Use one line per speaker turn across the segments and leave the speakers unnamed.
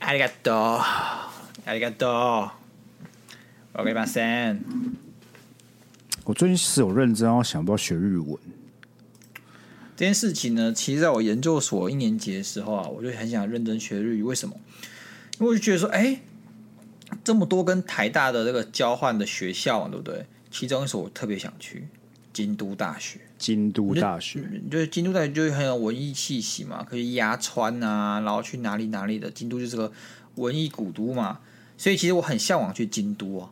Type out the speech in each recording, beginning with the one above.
ありがとう。ありがとう。わかりません。
我最近是有认真要想要不要学日文，
这件事情呢，其实在我研究所一年级的时候啊，我就很想认真学日语。为什么？因为我就觉得说，哎，这么多跟台大的这个交换的学校嘛，对不对？其中一所我特别想去，京都大学。
京都大学
嗯就是京都大学就是很有文艺气息嘛，可以压川啊，然后去哪里哪里的，京都就是个文艺古都嘛，所以其实我很向往去京都啊，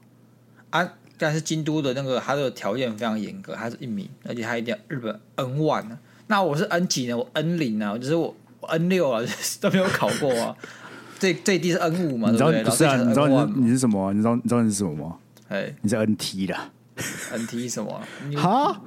啊，但是京都的那个它的条件非常严格，它是一名，而且它一定要日本 N one 啊，那我是 N 几呢？我 N 零啊，就是我我 N 六啊，就是都没有考过啊，最最低是 N 五嘛，对
你知道
嗯对？
不是啊？
老
你
师
知道
讲 N one，
你是你是什么啊？你知道你知道你是什么吗？
哎
你是 NT 的
，NT 什么你
哈？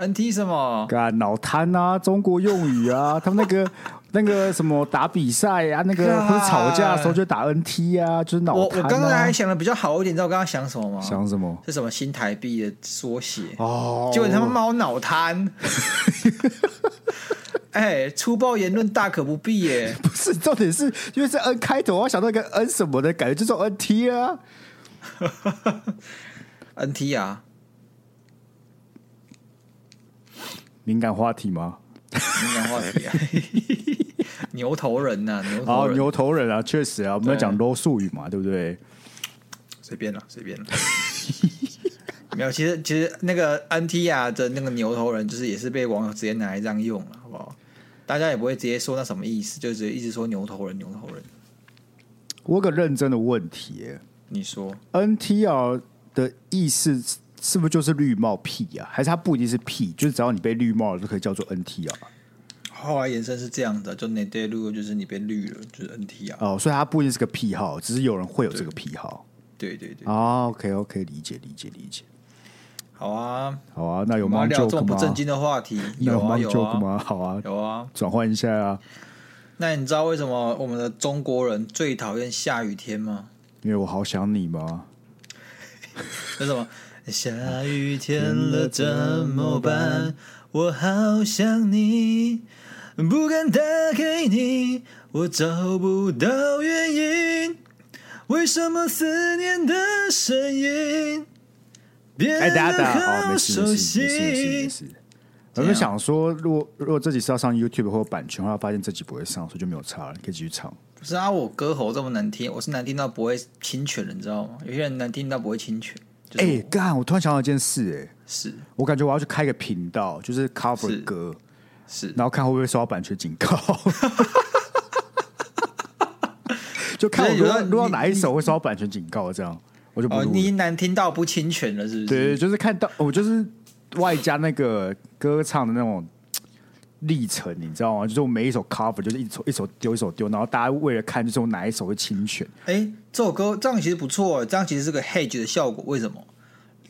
？NT 什么？
干脑瘫啊，中国用语啊， 他们那个那个什么打比赛啊，那个
干
或者吵架的时候就打 NT 啊，就是脑
我我
瘫
刚才
啊
还。想的比较好一点，你知道我刚刚想什么吗？
想什么？
是什么新台币的缩写，
哦，
结果他妈猫脑瘫。 哎、粗暴言论大可不必耶！
不是重点是，因为是 N 开头，我想到一个 N 什么的感觉，就是 NT 啊。
NT 啊，
敏感话题吗？
敏感话题啊， 牛头人呐、牛头
哦，
人，
牛头人啊，确实啊，我们要
对
讲 low 术语嘛，对不对？
随便了，随便了。没有，其实其实那个 NT 啊的那个牛头人，就是也是被网友直接拿来这样用了，好不好？大家也不会直接说那什么意思，就直接一直说牛头人，牛头人。
我有个认真的问题耶、
你说
n t r 的意思是是不是就是绿帽屁啊？还是它不一定是屁，就是只要你被绿帽了就可以叫做 NTR
后来延伸是这样的，就你对路就是你被绿了，就是 NT 啊，
哦，所以它不一定是个癖好，只是有人会有这个癖好
对对对，
啊。OK OK，理解理解理解。
好啊，
好啊，那有
我们要
mom
聊这
joke
种不
吗？
正经的话 题，
那
有啊
mom
有
joke
啊
吗？好啊，
有啊。
转换一下啊，
那你知道为什么我们的中国人最讨厌下雨天吗？
因为我好想你嘛。
为什么？ 下雨天了怎么办？我好想你，不敢打给你，我找不到原因。为什么思念的声音变
哎，等一下等
得
一下，哦，
好
没事
熟
没事
悉？
没事没事没事。我
怎
就
样
想说，如果如果这集是要上 YouTube 或有版权的话，发现这集不会上，所以就没有差了，你可以继续唱。
不是啊，我歌喉这么难听，我是难听到不会侵权的，你知道吗？有些人难听到不会侵权，就是
哎、
我
干！我突然想到一件事、哎，
是
我感觉我要去开一个频道，就是 cover
是
歌，
是，
然后看会不会收到版权警告。 就看
所
我
以有
录
时
到
候
录到
你
哪一首会收到版权警告，这样我就不
哦，
录
你已
了。
经难听到不侵权了，是不
对
是？
对，就是看到我就是外加那个歌唱的那种历程，你知道吗？就是我每一首 cover 就是一首一首丢一首丢，然后大家为了看就是我哪一首会侵权。
哎，这首歌这样其实不错，这样其实是个 hedge 的效果。为什么？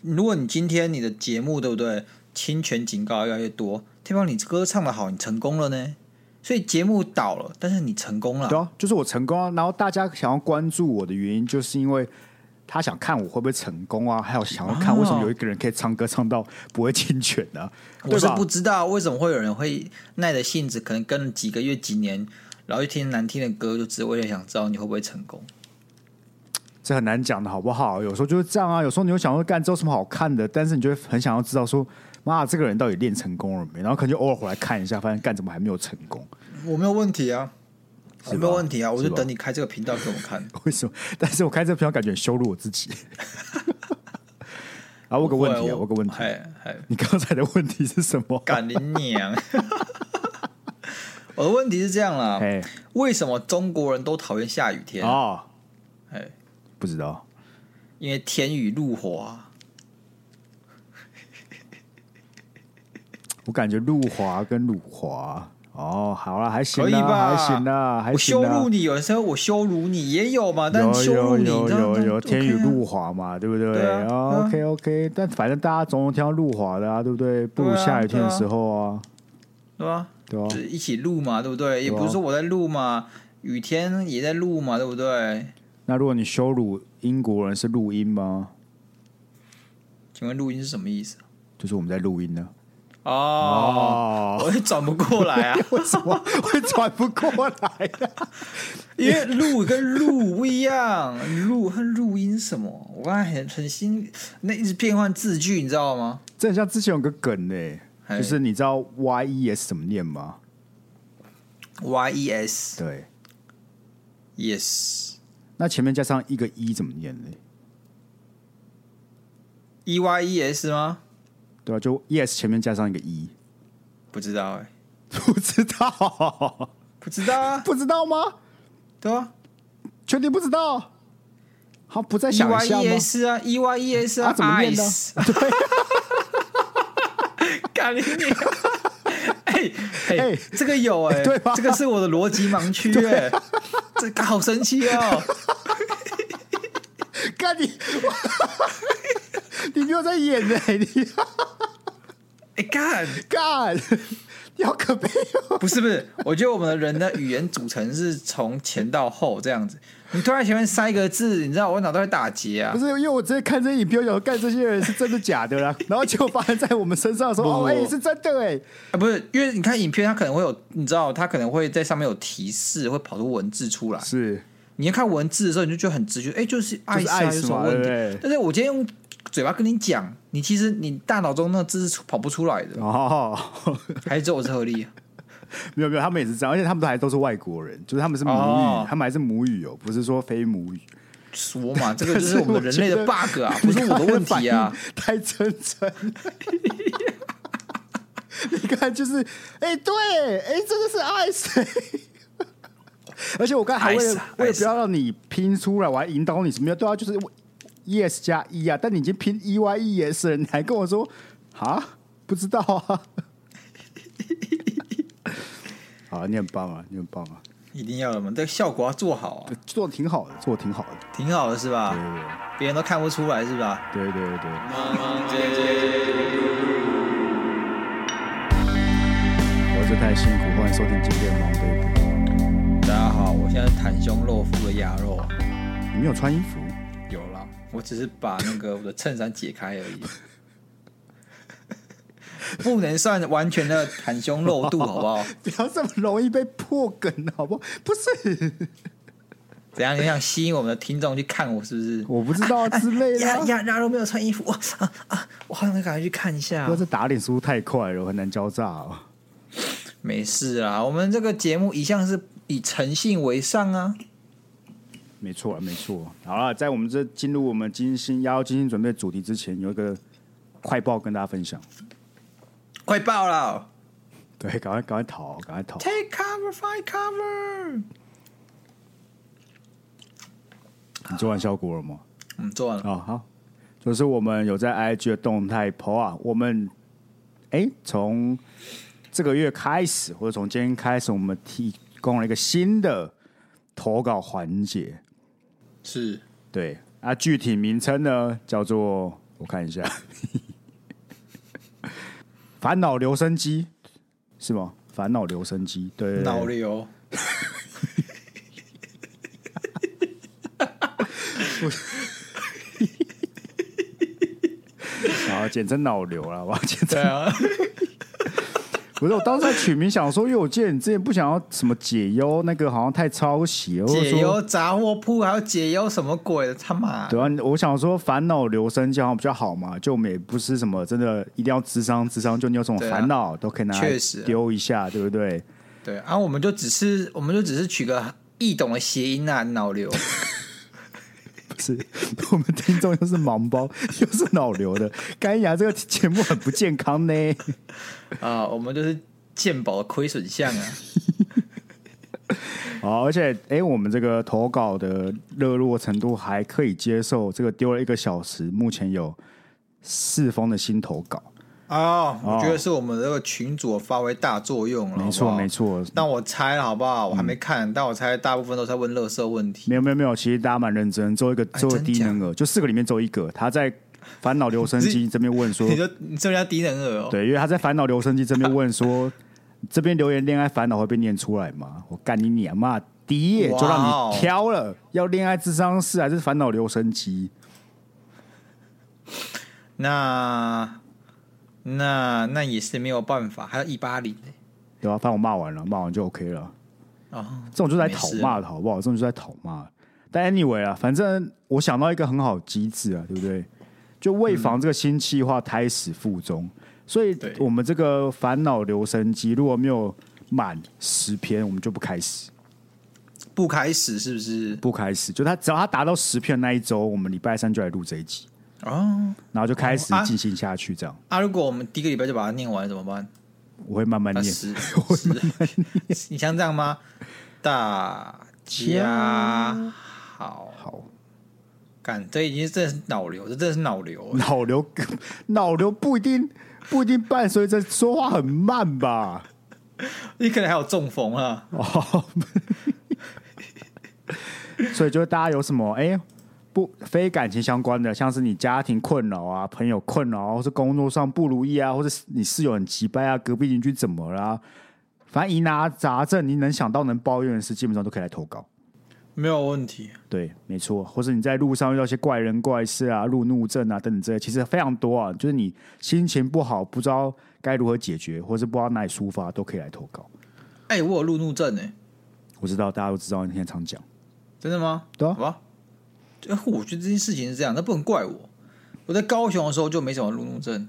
如果你今天你的节目对不对，侵权警告越来越多，对方你歌唱的好，你成功了呢，所以节目倒了，但是你成功了
对，啊，就是我成功啊。然后大家想要关注我的原因，就是因为他想看我会不会成功啊，还有想要看为什么有一个人可以唱歌唱到不会侵权啊，
我
对
是
吧
不？知道为什么会有人会耐着性子，可能跟了几个月、几年，然后就听难听的歌，就只为了想知道你会不会成功。
这很难讲的好不好？有时候就是这样啊，有时候你会想说干这有什么好看的，但是你就会很想要知道说，妈，这个人到底练成功了没？然后可能就偶尔回来看一下，发现干怎么还没有成功？
我没有问题啊，我没有问题啊，我
是
就
吧
等你开这个频道给我们看。
为什么？但是我开这频道感觉很羞辱我 自己。啊，我有个问题啊，我有个问题，
还还
你刚才的问题是什么？
敢哎你娘！ 我的问题是这样啦，
哎，
为什么中国人都讨厌下雨天？
哦，
哎，
不知道。
因为天雨路啊滑，
我感觉路滑跟辱华哦，好了，还行
可以
啦，
吧？
还行啦，还
我
行
羞
啦
辱。你，有时候我羞辱你也有嘛，但
有
羞辱
有
你，你
有
知道
有
那
有
OK 啊
天雨路滑嘛，对不对？
对啊对啊
o k OK，但反正大家总有听到路滑的啊，对不对？不如
对啊
下雨天的时候啊，
对吧？
对啊
就，是一起录嘛，对不
哦
对？也不是说我在录嘛，雨天也在录嘛，对不对？
那如果你羞辱英国人是录音吗？
请问录音是什么意思？
就是我们在录音呢。
哦，
哦，
我也转不过来啊，
为什么会转不 过来呀、
因为录跟录不一样，录和录音什么？我刚才很很新，那一直变换字句，你知道吗？
这很像之前有个梗呢、
哎
就是你知道 Y E S 怎么念吗？
Y E S
对，
Yes
那前面加上一个 E 怎么念呢？
E Y E S 吗？
对吧、就 E S 前面加上一 个 E，
不知道哎、
不知道，
不知道啊，
不知道吗？
对啊
确定不知道？好，不 再
，E
想
Y
一下
E
吗？
S 啊，E Y E S
啊，
啊，
怎么念呢？
Ice？
对，
干你娘！哎哎
哎，
这个有哎、
对吧
这个是我的逻辑盲区哎、这个好神奇哦！
干你， 你没有在演呢、你
哎、干，
干，你好可悲哦！
不是不是，我觉得我们的人的语言组成是从前到后这样子。你突然前面塞一个字，你知道我脑袋会打结啊
不！是，因为我直接看这影片，我想说干这些人是真的假的啦，然后结果发生在我们身上的时候，
不不
哦，
不
哎、是真的哎、
啊，不是，因为你看影片，它可能会有，你知道，它可能会在上面有提示，会跑出文字出来。
是
你要看文字的时候，你就觉得很直觉，哎、就是爱
就是
啊，有
ice
什么
嘛
问
对不
题
对？
但是我今天用嘴巴跟你讲，你其实你大脑中那个字是跑不出来 的，
哦，
还是只有我是合力啊？
没有没有，他们也是这样，而且他们都还都是外国人，就是他们是母语，
哦
他们还是母语哦，不是说非母语。
说嘛，这个就是我们人类的 bug 啊，不
你
是我
刚才
的
的
问题啊。
反应太真诚了。你看，就是，哎、对，哎、真的是爱谁？ 而且我刚才还为
爱死
了
啊
为了
爱死
不要让你拼出来，我还引导你什么样？对啊，就是 yes 加 e 啊，但你已经拼 e y e s 了，你还跟我说啊？不知道啊。 好，你很棒啊，你很棒啊，
一定要的嘛，这个效果要做好啊，
做的挺好的，做的挺好的。
挺好的是吧？别人都看不出来是吧？
对对对对对。我是太辛苦，欢迎收听今天的忙对不？
大家好，我现在袒胸露腹的鸭肉啊
你没有穿衣服，
有了，我只是把那个我的衬衫解开而已， 不能算完全的袒胸露肚，好不好？
不要这么容易被破梗，好不好？不是，
怎样？你想吸引我们的听众去看我是不是？
我不知道之类 的
鸭
啊、
鸭鸭肉没有穿衣服，哇啊啊！我好想赶快去看一下
不
哦
过。这打脸速度太快了，我很难交炸哦。
没事啦，我们这个节目一向是以诚信为上啊。
没错啊，没错。好了，在我们这进入我们精心要精心准备的主题之前，有一个快报跟大家分享。
快爆了
对，赶快赶快逃，赶快逃！
！Take cover, find cover。
你做完效果了吗？
嗯，做完了。
哦，好，就是我们有在 IG 的动态 PO 啊，我们哎从这个月开始，或者从今天开始，我们提供了一个新的投稿环节，
是
对啊，具体名称呢叫做我看一下， 烦恼留声机是吗？烦恼留声机，对对对
脑瘤，
然后简称脑瘤啦， 我要简称
对 啊，
不是，我当时在取名想说，因为我记得你之前不想要什么解忧，那个好像太抄袭了，或者
解
说
忧杂货铺，还有解忧什么鬼的，他妈！
对啊，我想说烦恼留声机好像比较好嘛，就我们也不是什么真的一定要智商，智商就你有什么
对啊
烦恼、都可以拿来
确实啊
丢一下，对不对？
对啊，我们就只是，我们就只是取个易懂的谐音啊，脑 瘤。
不是，我们听众又是盲包， 又是脑瘤的，干牙这个节目很不健康呢。
啊，我们就是鉴宝的亏损项啊。
好，而且哎、诶我们这个投稿的热络程度还可以接受，这个丢了一个小时，目前有四封的新投稿。
哦，我觉得是我们这个群主发挥大作用了，
没
好
错，
不好
没。错。
但我猜了好不好？我还没看，但我猜大部分都是在问乐色问题。
没有没有没有，其实大家蛮认真，只有一个
哎
只有低
真假
能儿，就四个里面只有一个，他在烦恼留声机这边问说
你， 就你这叫低能儿哦？
对，因为他在烦恼留声机这边问说，这边留言恋爱烦恼会被念出来吗？我干你娘嘛！第一页就让
哇哦
你挑了，要恋爱智商是还是烦恼留声机？
那那那也是没有办法，还有一八零
对吧、反正我骂完了，骂完就 OK 了。
哦，
这种就是在讨
没事
骂的好不好？这种就是在讨骂。但 anyway 啊，反正我想到一个很好的机制啊，对不对？就为防这个新气化胎死腹中，所以
对
我们这个烦恼留声机如果没有满十篇，我们就不开始，
不开始是不是？
不开始。就他只要他达到十篇那一周，我们礼拜三就来录这一集，
哦，
然后就开始
哦啊
进行下去。这样、
啊，如果我们第一个礼拜就把它念完了怎么办？
我会慢慢
那
念。
十十， 你像这样吗？大家好，
好，
干，这已经是真的是脑流，这真的是脑流了。
脑瘤脑瘤不一定不一定伴随着说话很慢吧？
你可能还有中风啊！
哦，所以就是大家有什么哎、不非感情相关的，像是你家庭困扰啊、朋友困扰、啊，或是工作上不如意啊，或是你室友很急掰啊、隔壁邻居怎么啦、反正疑难杂症，你能想到能抱怨的事，基本上都可以来投稿。
没有问题，
对，没错，或是你在路上遇到一些怪人怪事啊、路怒症啊等等这些，其实非常多啊。就是你心情不好，不知道该如何解决，或是不知道哪里抒发，都可以来投稿。
哎、我有路怒症哎、
我知道大家都知道，你现在常讲。
真的吗？
对啊
好吧。呃我觉得这件事情是这样，那不能怪我。我在高雄的时候就没什么路怒症，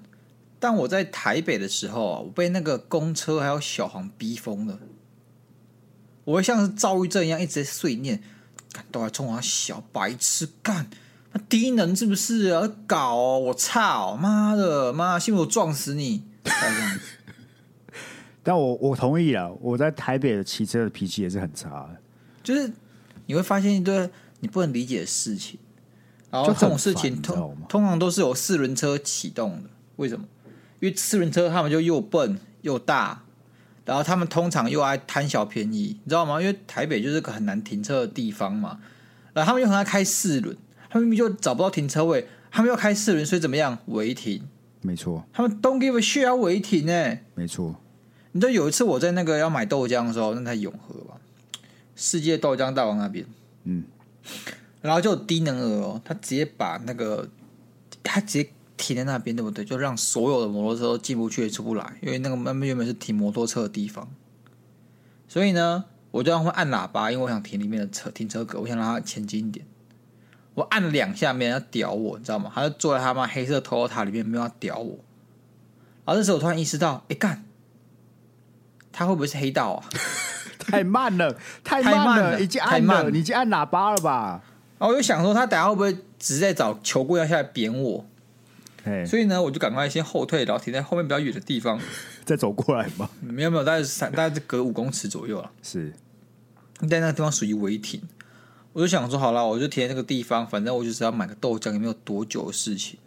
但我在台北的时候啊，我被那个公车还有小黄逼疯了。我会像是躁郁症一样一直在碎念，干都来冲我小白痴干，那低能是不是啊？搞哦、我操，妈的妈，信不信我撞死你？大概这样子
但我我同意了，我在台北的骑车的脾气也是很差啊的，
就是你会发现一堆你不能理解的事情，然后
就
这
很
种事
烦
情
你知道
通
吗
通常都是由四轮车启动的。为什么？因为四轮车他们就又笨又大，然后他们通常又爱贪小便宜，你知道吗？因为台北就是个很难停车的地方嘛，然后他们又很爱开四轮，他们明明就找不到停车位，他们要开四轮，所以怎么样违停？
没错，
他们 don't give a shit 要违停欸呢、
没错，
你知道有一次我在那个要买豆浆的时候，那在永和吧，世界豆浆大王那边，
嗯，
然后就有低能儿哦，他直接把那个他直接停在那边，对不对？就让所有的摩托车都进不去也出不来，因为那个那边原本是停摩托车的地方，所以呢，我就让他们按喇叭，因为我想停里面的车停车格，我想让他前进一点。我按了两下，没人要屌我，你知道吗？他就坐在他妈黑色 Toyota 里面，没有要屌我。然后这时候我突然意识到，哎干，他会不会是黑道啊？
太慢 了，太慢
慢了
已经
太
按
慢
了，
了
你已经按喇叭了吧？
然后我就想说，他等下会不会只是在找球棍要下来扁我？
哎，
所以呢，我就赶快先后退，然后停在后面比较远的地方。
再走过来吧。
没有没有，大概是三大概是隔五公尺左右了。啊
是，
但那个地方属于违停，我就想说，好了，我就停在那个地方，反正我就只要买个豆浆，也没有多久的事情。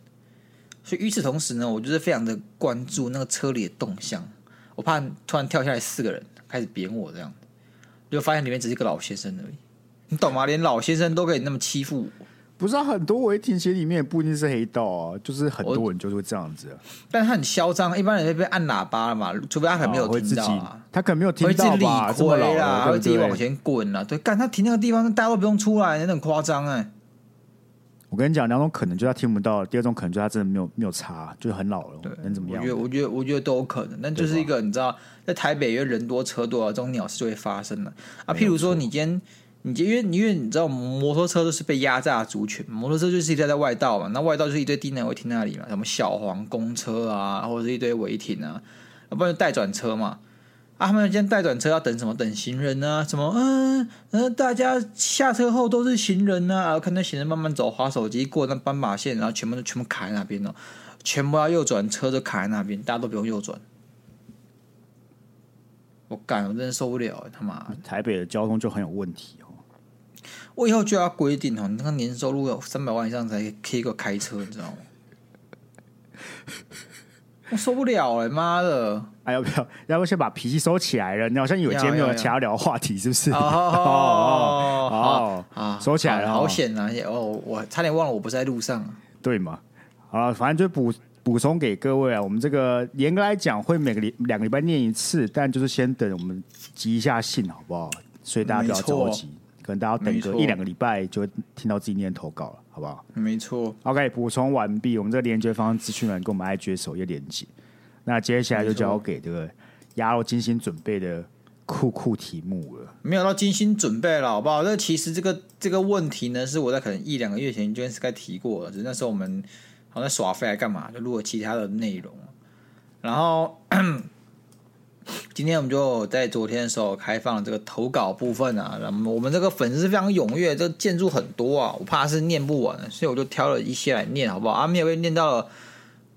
所以与此同时呢，我就是非常的关注那个车里的动向，我怕突然跳下来四个人开始扁我这样，就发现里面只是一个老先生而已，你懂吗？连老先生都可以那么欺负我。
不是、啊、很多违停鞋里面也不一定是黑道啊，就是很多人就是会这样子啊、
但他很嚣张，一般人会被按喇叭了嘛，除非他可能没
啊
有
会自
听到
己
啊，，
他可能没有
会
听
自己
到
理
吧？这么老
亏
了，
啦，
对
会
不
自己往
对？
前滚啦。对，干他停那个地方，大家都不用出来，那很夸张哎。
我跟你讲，两种可能就是他听不到，第二种可能就是他真的没有没有差，就是很老了，能怎么
我
样
觉？得，我觉得，我觉得都有可能，但就是一个你知道，在台北因为人多车多啊，这种鸟事就会发生了啊。譬如说，你今天，你今天，因为因为你知道，摩托车都是被压榨的族群，摩托车就是一堆在外道嘛，那外道就是一堆低能会停那里嘛，什么小黄公车啊，或者是一堆违停啊，要不然就带转车嘛。啊，他们今天带转车要等什么？等行人啊？什么？嗯嗯、呃大家下车后都是行人啊，啊看那行人慢慢走，划手机过那斑马线，然后全部都全部卡在那边哦。全部要右转，车就卡在那边，大家都不用右转。我干，我真的受不了、他妈的！
台北的交通就很有问题哦。
我以后就要规定哦，你那个年收入有三百万以上才可以给我开车，你知道吗？我受不了了、妈的！
哎，要不要？要不先把脾气收起来了？你好像以为今天没
要
有
要
其他聊话题，是不是？
哦
哦
哦
哦
啊，
收起来了，
好
哦，
险啊！哦，我差点忘了，我不是在路上、啊。
对嘛？好了，反正就补补充给各位啊。我们这个严格来讲，会每个礼两个礼拜念一次，但就是先等我们集一下信，好不好？所以大家不要
没错
着急，可能大家等个
没错
一两个礼拜就会听到自己念投稿了，好不好
没错，
？OK，补充完毕。我们这个连接方式资讯栏跟我们 IG 的首页连接。那接下来就
没错
交给这个鸭肉精心准备的酷酷题目了。
没有到精心准备了，好不好？那其实这个这个问题呢，是我在可能一两个月前就跟 Sky 提过了，只是那时候我们好像在耍废还啊干嘛，就录了其他的内容。然后 今天我们就在昨天的时候开放了这个投稿部分啊，然后我们这个粉丝非常踊跃，这个件数很多啊，我怕是念不完，所以我就挑了一些来念，好不好？啊，没有被念到了，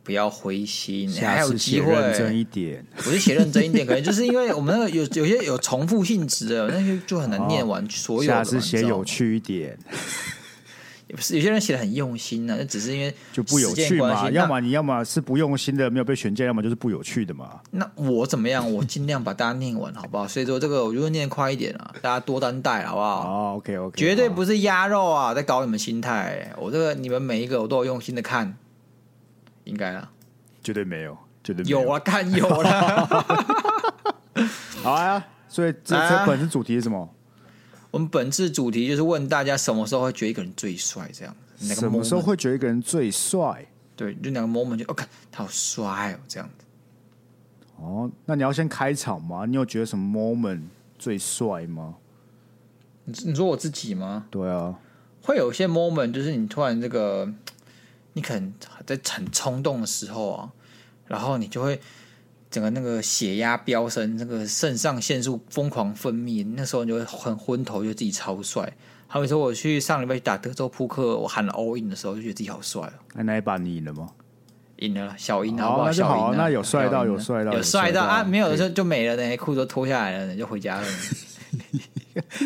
不要灰心，还
下
有
次
机
写
会，
认真一点。
我就写认真一点，可能就是因为我们那个有有些有重复性质的，那就就很难念完所有的嘛。
下次啊写有趣一点，
你知道吗，也不是有些人写的很用心呢、啊那只是因为
就不有
时间
趣
关
嘛。
系
要
那
么你要么是不用心的，没有被选进，要么就是不有趣的嘛。
那我怎么样？我尽量把大家念完，好不好？所以说这个我就念快一点啊，大家多担待，好不好？
哦，OK OK，
绝对不是鸭肉啊，在搞你们心态、我这个你们每一个我都有用心的看，应该啊，
绝对没有，绝对没
有啊，看有 了。
好啊，所以这
来啊
这本次主题是什么？
我们本次主题就是问大家什么时候会觉得一个人最帅，这样哪个
什么时候
moment
会觉得一个人最帅？
对，就两个 moment 就哦，看他好帅哦，这样子。
哦，那你要先开场吗？你有觉得什么 moment 最帅吗？
你你说我自己吗？
对啊，
会有一些 moment，就是你突然这个，你可能在很冲动的时候啊，然后你就会整个那个血压飙升，那个肾上腺素疯狂分泌，那时候你就会很昏头，觉得自己超帅。好比说我去上礼拜去打德州扑克，我喊了 all in 的时候，就觉得自己好帅哦，
那那一把你赢了吗？
赢了啦，小赢好
好
不
哦那就
小
好
赢啊，
那有帅到
小赢啊
有帅到
有
有
帅
帅
到
到
啊！没有的
对
时候就没了呢，裤子都脱下来了，就回家了。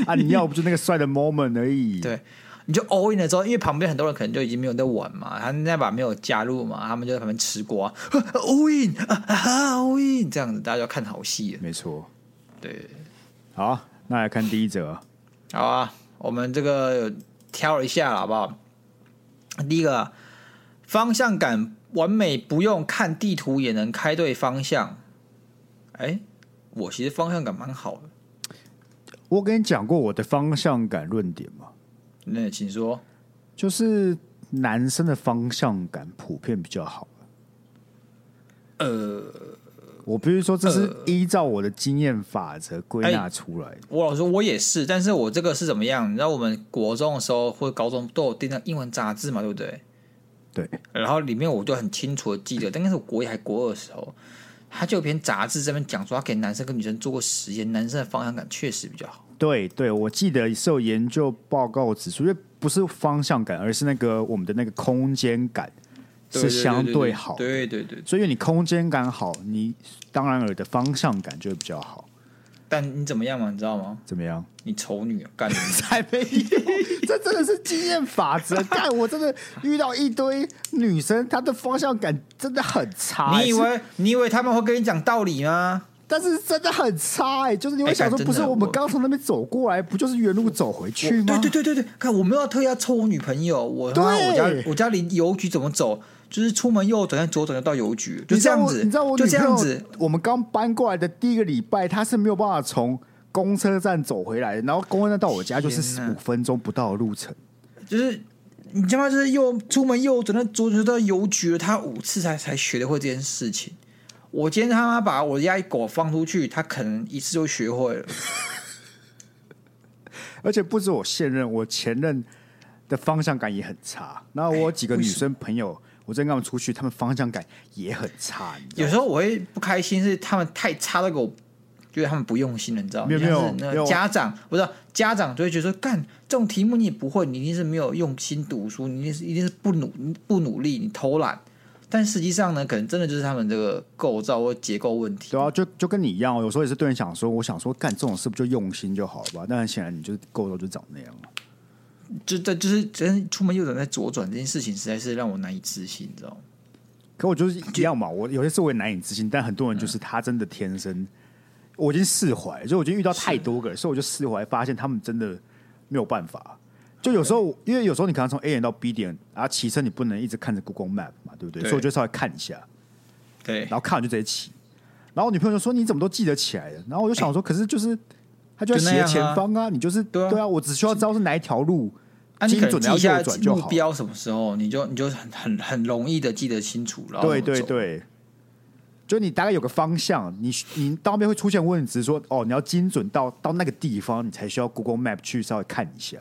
啊，你要不就那个帅的 moment 而已。
对你就 all in 了之后，因为旁边很多人可能就已经没有在玩嘛，他们那把没有加入嘛，他们就在旁边吃瓜 啊 all in 啊啊 all in 这样子，大家就要看好戏了。
没错。
对，
好，那来看第一则，
好啊，我们这个挑了一下了好不好？第一个啊方向感完美，不用看地图也能开对方向。哎，我其实方向感蛮好的，
我跟你讲过我的方向感论点嘛，
那请说。
就是男生的方向感普遍比较好。
呃，
我必须说，这是依照我的经验法则归
哎
纳出来的。
我老实说，我也是，但是我这个是怎么样？你知道我们国中的时候或者高中都有订那英文杂志嘛，对不对？
对，
然后里面我就很清楚的记得，但该是我国一还国二的时候，他就有篇杂志这边讲说，他给男生跟女生做过实验，男生的方向感确实比较好。
对对，我记得是有研究报告指出，因为不是方向感，而是那个我们的那个空间感
对
是相
对
好的。
对对对。
所以你空间感好，你当然尔的方向感就会比较好。
但你怎么样嘛？你知道吗？
怎么样？
你丑女啊，干你！
才没有， 这真的是经验 法则。但我真的遇到一堆女生，她的方向感真的很差、欸
你以
啊是？
为你以为他们会跟你讲道理吗？
但是真的很差哎、就是你会
哎
想
干
说，
真
不是
的
我们
我
刚从那边走过来，不就是原路走回去吗？
对对对对对，看我没有特意要抽我女朋友，我他妈
对
我家我家离邮局怎么走？就是出门右转，左转就到邮局，就
你知
这
道
样
我
子，
你知道我
就
女
这
朋
样
友
子。
我们刚搬过来的第一个礼拜，她是没有办法从公车站走回来的，然后公车站到我家就是十
天哪
五分钟不到的路程。
就是你他妈就是右出门右转，那左转到邮局了，他五次才才学得会这件事情。我今天他妈把我家狗放出去，他可能一次就学会 了。
而且不止我现任，我前任的方向感也很差。然后我有几个女生朋友，我真跟他们出去，他们方向感也很差。你知道
有
吗
时候我会不开心，是他们太差到给我。觉得他们不用心了，你知道吗？
没有没有
像是那
没
个
有
家长不是家长就会觉得说，干这种题目你也不会，你一定是没有用心读书，你一定是一定是不努不努力，你偷懒。但实际上呢，可能真的就是他们这个构造或结构问题。
对啊，就就跟你一样哦，有时候也是对人想说，我想说干这种事不就用心就好了吧？但很显然，你就是构造就长那样了。
就这就是真出门右转再左转这件事情，实在是让我难以置信，你知道吗？
可我就是一样嘛，我有些事我也难以置信，但很多人就是他真的天生，我已经释怀，所以我已经遇到太多个人，所以我就释怀，发现他们真的没有办法。就有时候，因为有时候你可能从 A 点到 B 点，然后骑车你不能一直看着 Google Map 嘛，对不对？
对
所以我就稍微看一下，
对
然，后看完就直接骑。然后我女朋友就说：“你怎么都记得起来的？”然后我就想说：“可是就是他就在
哎就
斜
那样啊
前方啊，你就是
对啊
对啊，我只需要知道是哪一条路，
啊，你
精
可能
准
记
的要
一下
右转就
目
好。”
标什么时候，你就你就很很很容易的记得清楚，然后
对
怎么
对
走，
对，就你大概有个方向，你你到那边会出现问题，只是说哦，你要精准到到那个地方，你才需要 Google Map 去稍微看一下。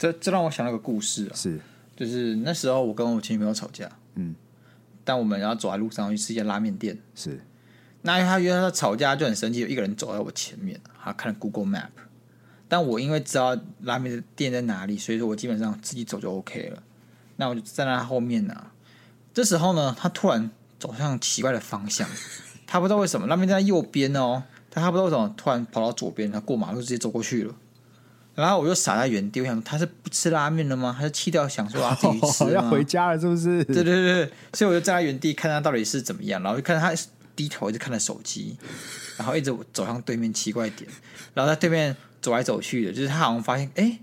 这这让我想到一个故事啊，
是，
就是那时候我跟我前女朋友吵架，
嗯，
但我们要走在路上去吃一家拉面店，
是，
那他约他吵架就很生气，有一个人走在我前面，他看了 Google Map，但我因为知道拉面的店在哪里，所以说我基本上自己走就 OK 了。那我就站在他后面啊。这时候呢，他突然走向奇怪的方向，他不知道为什么拉面店在右边哦，但他不知道为什么突然跑到左边，他过马路直接走过去了。然后我就傻在原地，我想他是不吃拉面了吗？还是弃掉想说他自己去吃
要
吗
回家了是不是？
对对对，对所以我就站在原地看他到底是怎么样，然后就看他低头一直看着手机，然后一直走向对面奇怪点，然后在对面走来走去的，就是他好像发现哎，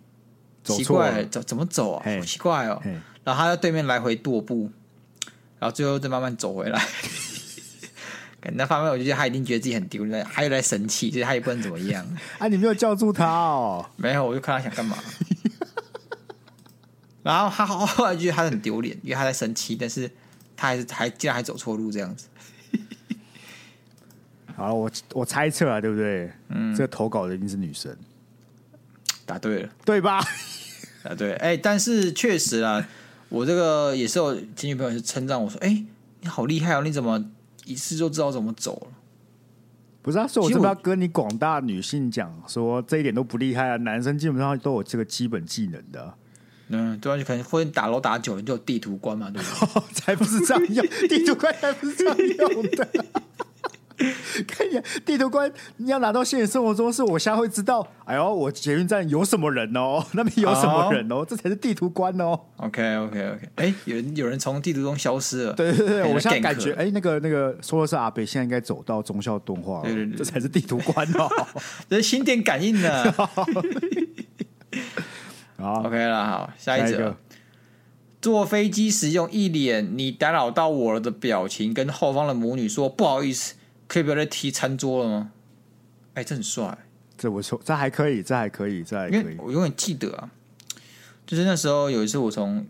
走
奇
错了
怪，怎怎么走啊，
嘿
好奇怪哦，
嘿
然后他在对面来回踱步，然后最后再慢慢走回来。 那方面，我就觉得他一定觉得自己很丢脸，他又在生气，就是他也不能怎么样。
啊，你没有叫住他哦。
没有，我就看他想干 嘛。然后他后后来觉得他很丢脸，因为他在生气，但是他还是还竟然还走错路这样子。
好了，我我猜测啊，对不对？嗯，这个投稿的一定是女生，
答对了，
对吧？
答对了。哎、但是确实啊，我这个也是有前女朋友是称赞我说：“哎、你好厉害哦，你怎么一次就知道怎么走了
不是啊，所以我
其实
这边
我
要跟你广大女性讲说，这一点都不厉害啊，男生基本上都有这个基本技能的啊。？”
嗯，对啊，就可能会打楼打久，你就有地图关嘛，对不对？
才不是这样 用，地图官才不是这样用的。 看你地图官，你要拿到现实生活中，是我现在会知道，哎呦，我捷运站有什么人哦， 那边有什么人哦，这才是地图官哦。
OK OK OK，哎、有人有人从地图中消失了。
对对对，
哎
我现在
gank
感觉，
了
哎，那个那个说的是阿北，现在应该走到忠孝敦化
对对
了，
对
这才是地图官 哦。
这是心电感应 呢。
好，
OK 了，好，下
下
一
一
则
个。
坐飞机时用一脸“你打扰到我了”的表情，跟后方的母女说：“不好意思，可以不要再踢餐桌了吗？”哎、这很帅，
这不错，这还可以，这还可以，这还可
因为
以。
我永远记得啊，就是那时候有一次我从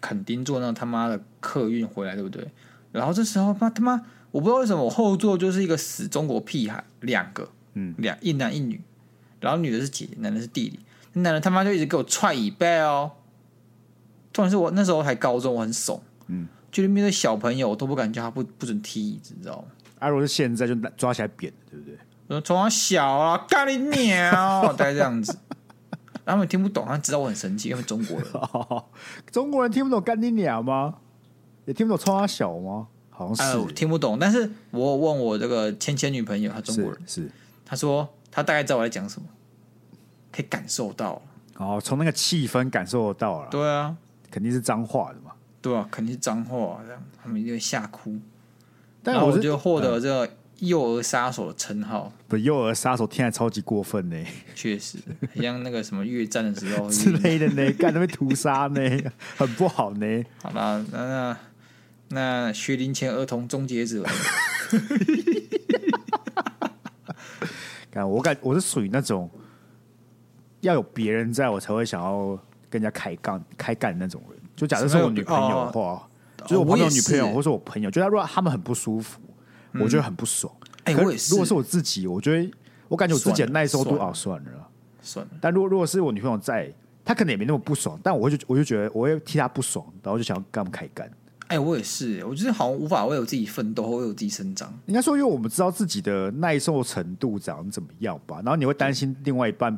垦丁坐那他妈的客运回来，对不对？然后这时候他他妈我不知道为什么我后座就是一个死中国屁孩，两个，
嗯，
两一男一女，然后女的是姐姐，男的是弟弟，那男的他妈就一直给我踹椅背哦。重点是我那时候还高中，我很怂，
嗯，
就是面对小朋友我都不敢叫他不不准踢椅子，你知道吗？
啊，如果是现在就拿抓起来扁，对不对？
我呃说从小小啊，干你鸟，大概这样子。 然后他们听不懂，他们知道我很生气，因为中国人。
中国人听不懂干你鸟吗？也听不懂冲他小吗？好像
哎，
是，
我听不懂，但是我问我这个芊芊女朋友，她中国人，
是是，
她说她大概知道我在讲什么，可以感受到。
哦，从那个气氛感受得到了，
对啊，
肯定是脏话的嘛。
对啊，肯定是脏话、啊，这样他们一定会吓哭。
但
然后
我
我
是
就获得这个幼儿杀手的称号，
不幼儿杀手，听起来超级过分呢、
确实很像那个什么越战的时候
之类的呢，干那边屠杀呢，很不好呢。
好啦，那那那学龄前儿童终结者，
干我感我是属于那种要有别人在我才会想要跟人家开杠开干那种人。就假设是我女朋友的话，就是
呃
我
我
朋友
也
女
是
朋友或是我朋友，就他如果他们很不舒服，我觉得很不爽。
哎
可
我也是
如果是我自己，我觉得我感觉我自己
算
的
了
耐受度
算了
啊，算了啦。
算了，
但如果如果是我女朋友在，她可能也没那么不爽，但我会就我就觉得我会替她不爽，然后就想要跟他们开干。
哎、我也是，我就是好像无法为我自己奋斗，或为我自己伸张。
应该说，因为我们知道自己的耐受程度长怎么样吧，然后你会担心另外一半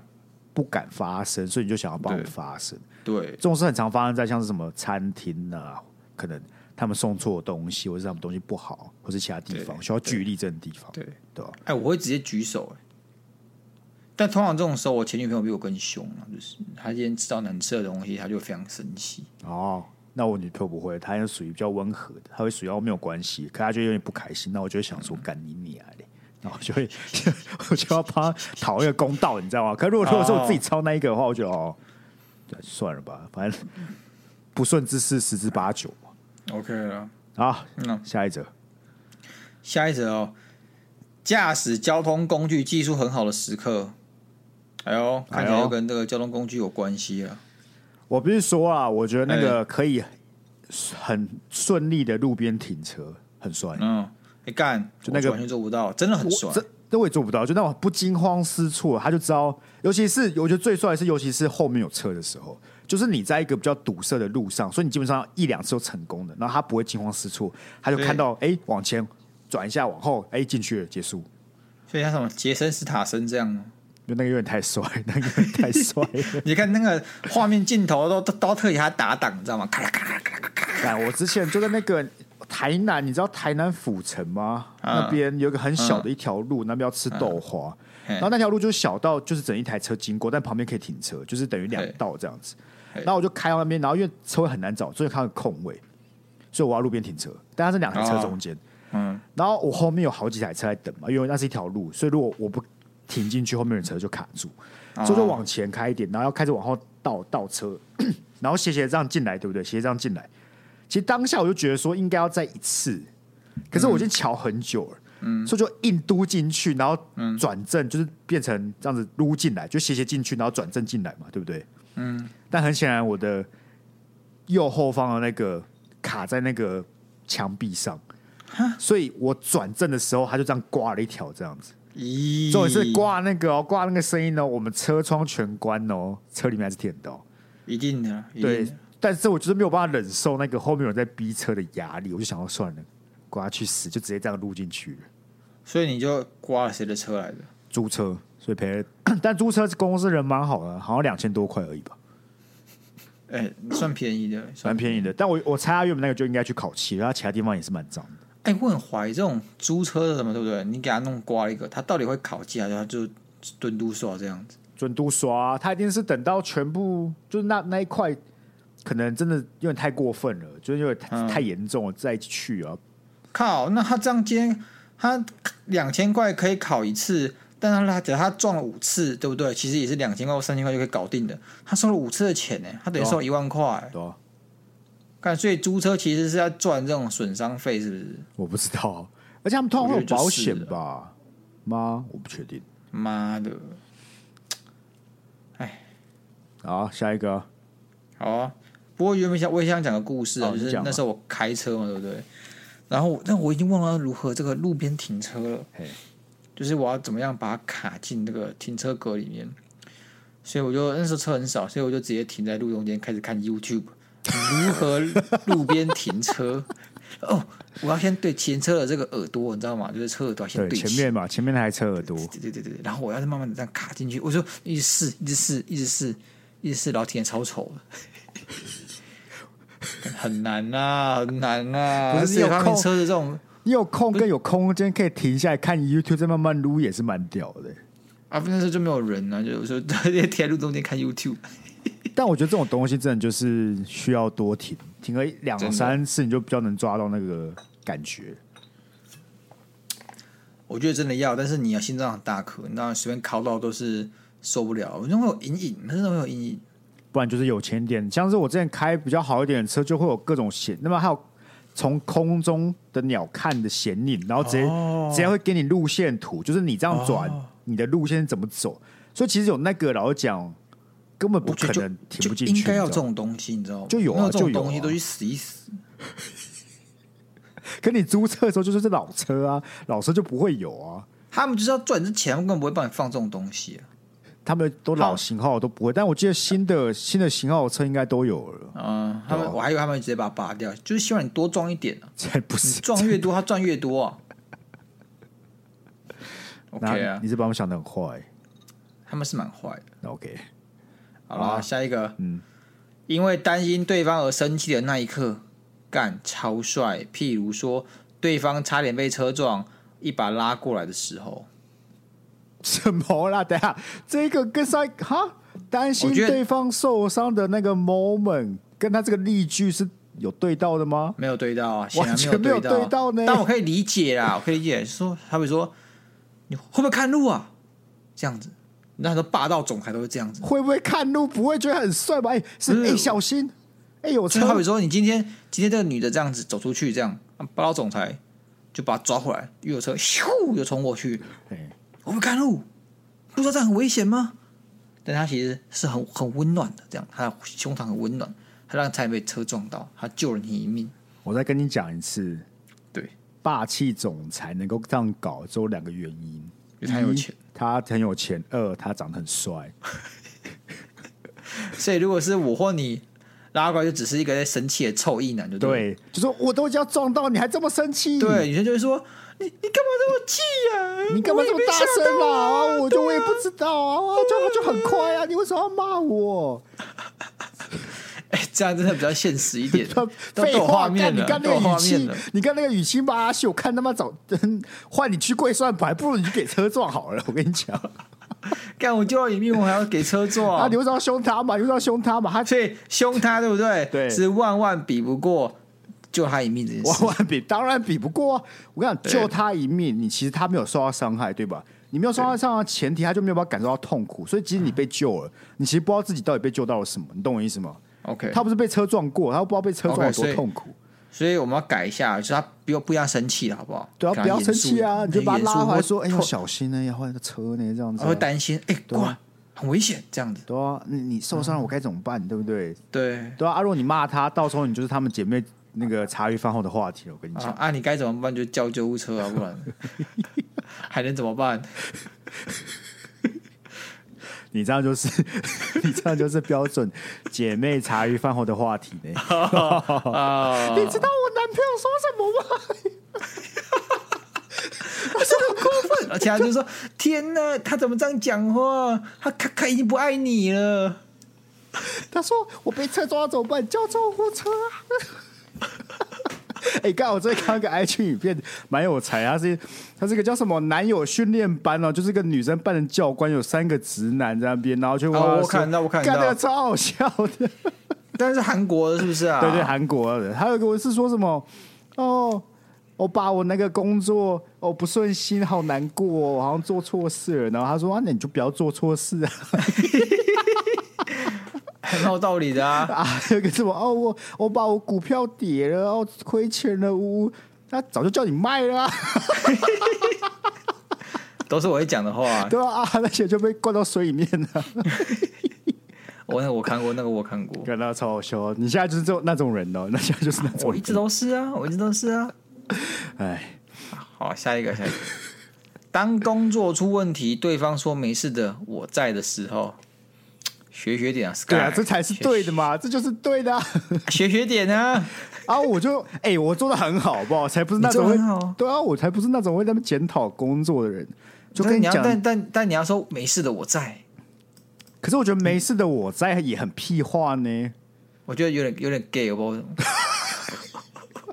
不敢发声，所以你就想要帮他们
对
发声。
对
这种事很常发生在像是什么餐厅啊，可能他们送错东西，或者是他们东西不好，或是其他地方需要举例这种地方，
对，
对吧？
哎、我会直接举手、哎，但通常这种时候，我前女朋友比我更凶了，就是她今天吃到难吃的东西，她就非常生气。
哦，那我女朋友不会，她是属于比较温和的，她会属于哦没有关系，可她就有点不开心，那我就会想说干你娘嘞， 然后我就会我就要帮她讨一个公道，你知道吗？可如果如果是我自己操那一个的话，我觉得哦，对算了吧，反正不顺之事十之八九嘛。
OK
啊
了。
好，
嗯
下一则
下一则哦，驾驶交通工具技术很好的时刻，哎呦，看起
哎
来
呦
又跟这个交通工具有关系了。
我不是说啊，我觉得那个可以很顺利的路边停车很帅，
嗯，哎干，
就那个
我完全做不到，真的很帅
我。这这我也做不到，就那种不惊慌失措，他就知道，尤其是我觉得最帅的是，尤其是后面有车的时候，就是你在一个比较堵塞的路上，所以你基本上一两次都成功的，然后他不会惊慌失措，他就
对
看到哎、往前转一下，往后哎进去了，结束。
所以像什么杰森斯塔森这样吗？
就那个有点太帅，那个有点 太帅了。
你看那个画面镜头都都都特意给他打档，你知道吗？咔啦咔啦咔啦咔啦咔啦。
哎，我之前就在那个台南，你知道台南府城吗？
嗯
那边有一个很小的一条路，那边要吃豆花，
嘿
然后那条路就是小到就是整一台车经过，但旁边可以停车，就是等于两道这样子。
嘿
然后我就开到那边，然后因为车位很难找，所以看到有空位，所以我要路边停车，但它是两台车中间。
嗯，
然后我后面有好几台车在等嘛，因为那是一条路，所以如果我不停进去，后面的车就卡住，
啊
所以就往前开一点，然后要开始往后倒倒车，嗯然后斜斜这样进来，对不对？斜斜这样进来，其实当下我就觉得说应该要再一次，可是我已经瞧很久了，嗯，所以就硬嘟进去，然后
嗯
转正，就是变成这样子撸进来，就斜斜进去，然后转正进来嘛，对不对？嗯，但很显然我的右后方的那个卡在那个墙壁上。所以我转正的时候，他就这样刮了一条这样子。
咦，
重点是刮那个哦，刮那个声音哦，我们车窗全关哦，车里面还是听得到。
一定的，一定
对
的，
但是我就是没有办法忍受那个后面有人在逼车的压力，我就想要算了，刮去死，就直接这样录进去了。
所以你就刮了谁的车来的？
租车，所以赔了。 但租车公司人蛮好的，好像两千多块而已吧，
哎、算便宜的，算
蛮便宜的。但我我猜他原本那个就应该去烤漆，然后其他地方也是蛮脏的。
哎、我很怀疑这种租车的什么，对不对？你给他弄刮一个，他到底会烤鸡还是他就蹲嘟耍这样子？
准都刷、他一定是等到全部就是那那一块，可能真的有点太过分了，就是有点太、
嗯
太严重了，再去啊。
靠，那他这样今天他两千块可以烤一次，但是他只要他撞了五次，对不对？其实也是两千块或三千块就可以搞定的。他收了五次的钱呢、他等于
对啊
收一万块、欸。
对啊，
看，所以租车其实是在赚这种损伤费，是不是？
我不知道，而且他们通常会有保险吧？吗？我不确定。
妈的！
好，下一个啊，
好啊，不过原本想我也想讲个故事啊，
哦
就
你
是
讲吧
那时候我开车嘛，对不对？然后我但我已经忘了如何这个路边停车了
嘿，
就是我要怎么样把它卡进这个停车格里面。所以我就那时候车很少，所以我就直接停在路中间开始看 YouTube 如何路边停车。 哦，我要先对前车的这个耳朵，你知道吗？就是车耳朵要先
对，
齐
前面嘛，啊前面那台车耳朵，
对对对对，对然后我要是慢慢的这样卡进去，我就一直试，一直试，一直试，一直试，然后停得超丑的，很难啊，很难啊！
不是
这
有
方面
空
车的这种
你有空跟有空间可以停下来看 YouTube，再慢慢撸也是蛮屌的。
啊，那时候就 没有人啊，就我说贴在路中间看 YouTube，
但我觉得这种东西真的就是需要多停，停个两
真的
三次，你就比较能抓到那个感觉。
我觉得真的要，但是你要心脏很大颗，你知道随便考到都是受不了，我就会有阴影，真的会有阴影。
不然就是有钱一点，像是我之前开比较好一点的车，就会有各种显，那么还有从空中的鸟看的显影，然后直接、
哦
直接会给你路线图，就是你这样转，你的路线是怎么走。所以其实有那个老实讲根本不
我觉得
可
就
能停不
就
进去，
应该要
你
这
知道吗
种东西，你知道吗？
就有啊
没这
就
种
有
东西
啊
都去死一死。
可你租车的时候就是老车啊，老车就不会有啊，
他们就是要赚你这钱，他们根本不会帮你放这种东西、啊。
他们都老型号都不会。但我记得新的新的型号的车应该都有了，
嗯，他
啊
们、我还以为他们直接把它拔掉，就是希望你多装一点 啊，
才不是。
装越多他赚越多 啊。
那
OK 啊
你，是把我们想的很坏、
他们是蛮坏的。
那 OK，
好啦，
啊
下一个，嗯，因为担心对方而生气的那一刻，干超帅。譬如说，对方差点被车撞，一把拉过来的时候，
什么啦？等一下这个跟上一哈担心
我觉得
对方受伤的那个 moment，跟他这个例句是有对到的吗？
没有对到啊，显
完
然
全
没有
没
到，
有对到呢
但我可以理解啦，我可以理解，就是说他会说你会不会看路啊？这样子，那很多霸道总裁都会这样子。
会不会看路不会觉得很帅吧？哎、是
不
哎、
是
小心，哎、有
就好
车
比，说，你今天今天这个女的这样子走出去，这样啊霸道总裁就把她抓回来，又有车咻又冲过去，
哎
我们看路，不知道这样很危险吗？但她其实是很很温暖的，这样她的胸膛很温暖，她让差点被车撞到，她救了你一命。
我再跟你讲一次，
对，
霸气总裁能够这样搞，只有两个原因：
因为他很有钱
一，他很有钱；二，他长得很帅。
所以如果是我或你，拉过来就只是一个在生气的臭意男，就对了。
对，就说我都已经要撞到你，还这么生气？
对，，女生就会说：“你你干嘛这么气啊呀、
你干嘛这么大声
啦、
啦？我就我
对
也
啊
不知道啊，就就很快啊，你为什么要骂我？
哎、 这样真的比较现实一点
他，
都都
废
有画
话，
面
干你
了，
刚
都
那
有
个
画面
语
啊
气
了。，
你刚那个语气骂阿秀，看他妈早换你去跪算盘，不如你给车撞好了。我跟你讲，啊
干我丢到你面，我还要给车撞。
啊，你为什么要凶他嘛？你为什么要凶他嘛？ 他
所以凶他，对不对？
对
是万万比不过救他一命这件
万
事。
万比当然比不过、啊。我跟你讲，
对
救他一命，你其实他没有受到伤害，对吧？你没有受到伤害，前提他就没有办法感受到痛苦，所以即使你被救了，你其实不知道自己到底被救到了什么，你懂我意思吗？
OK，
他不是被车撞过，他不知道被车撞
OK，
有
所
多
以
痛苦。
所以我们要改一下，就是他不要不要生气了，好不好？
对啊，
给
不要
严
生
肃
气啊！
一点
你就把他拉回来说：“哎，
严肃
要
或
小心呢，要换个车呢，这样子
他
啊。”
会担心，哎、
对啊
过来很危险，这样子。
对啊，你你受伤了，我该怎么办？对不对？
对
对啊，啊如果你骂他，到时候你就是他们姐妹那个茶余饭后的话题了。我跟你
啊
讲，
啊，你该怎么办？就叫救护车啊，不 然还能怎么办？
你这样就是 你这样就是标准姐妹茶余饭后的话题呢。
啊，
你知道我男朋友说什么吗？
而且他就说：“天哪，他怎么这样讲话？他他他已经不爱你了。
他说我被车撞到怎么办？叫救护车啊！ 哎、刚好我最近看到一个 IG 影片，蛮有才。他是他是一个叫什么男友训练班哦，就是一个女生扮成教官，有三个直男在那边，然后去问
哦
他
我
说
看到我看
干
到
那个超好笑的。”
但是韩国的是不是啊？
对对，韩国的，还有一个我是说什么哦，我把我那个工作哦不顺心，好难过、哦，好像做错事了。然后他说啊，那你就不要做错事啊。
很有道理的啊。
啊，那个什么哦，我我把我股票跌了，哦，亏钱了，呜，那早就叫你卖了、啊，
都是我会讲的话。
对吧？啊，那钱就被灌到水里面了，
我那个我看过，那个我看过，
感到超好笑。你现在就是这种那种人哦，那现在就是那种
我一
人，
直都是啊，我一直都是啊。
哎，
好，下一个，下一个。当工作出问题，对方说没事的，我在的时候，学学点啊，Sky，
对啊，这才是对的嘛，这就是 对的啊。
学，学学点啊。
啊，我就哎、我做的很好，好不好？才不是那种
你做
会
得很好，
对啊，我才不是那种会在那边检讨工作的人。 就跟
但你要，
讲，
但但但你要说没事的，我在，
可是我觉得没事的我在也很屁话呢。
我觉得有点有点 gay，我不知道为什么。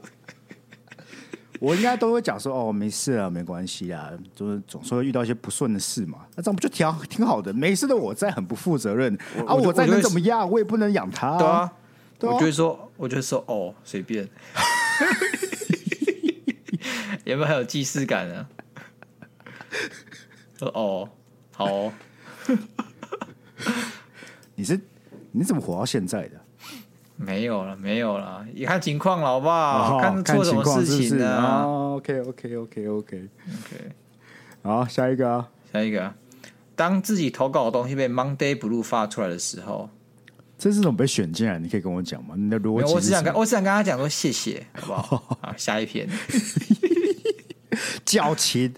我应该都会讲说哦，没事啊，没关系啊，就是总是会遇到一些不顺的事嘛。那这样不就挺好挺好的？没事的，我在很不负责任
我
啊，
我就
我在
我就
能
会
怎么样？我也不能养他、
对啊，
对啊
我就会说，我就会说哦，随 便。有没有很有既视感呢、说哦，好哦
你是你怎么活到现在的？
没有了，没有了，也看情况了，好不好？
哦
看
看
错什
情
么
况
事
是不
情
是
呢、
啊？OK OK OK OK，
OK，
好，下一个啊，
下一个啊，当自己投稿的东西被 Monday Blue 发出来的时候，
这是怎么被选进来？你可以跟我讲吗？你的逻
没有
辑
我
是
只想
什
跟，
么？
我只想跟他讲说谢谢，好不好？ 好，下一篇，
矫情、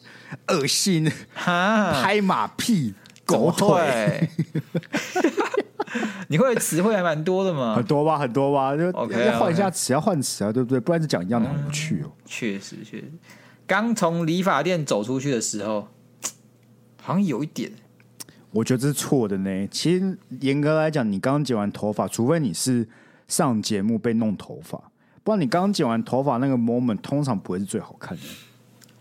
恶心、
哈，
拍马屁、
怎么
狗腿。
会， 你会的词汇还蛮多的嘛
很，多吧，很多吧，就
OK，
要换一下词，要换词啊，对不对？不然就讲一样的很无趣哦。
确实确实。刚从理发店走出去的时候，好像有一点，
我觉得这是错的呢。其实严格来讲，你刚剪完头发，除非你是上节目被弄头发，不然你刚剪完头发那个 moment 通常不会是最好看的。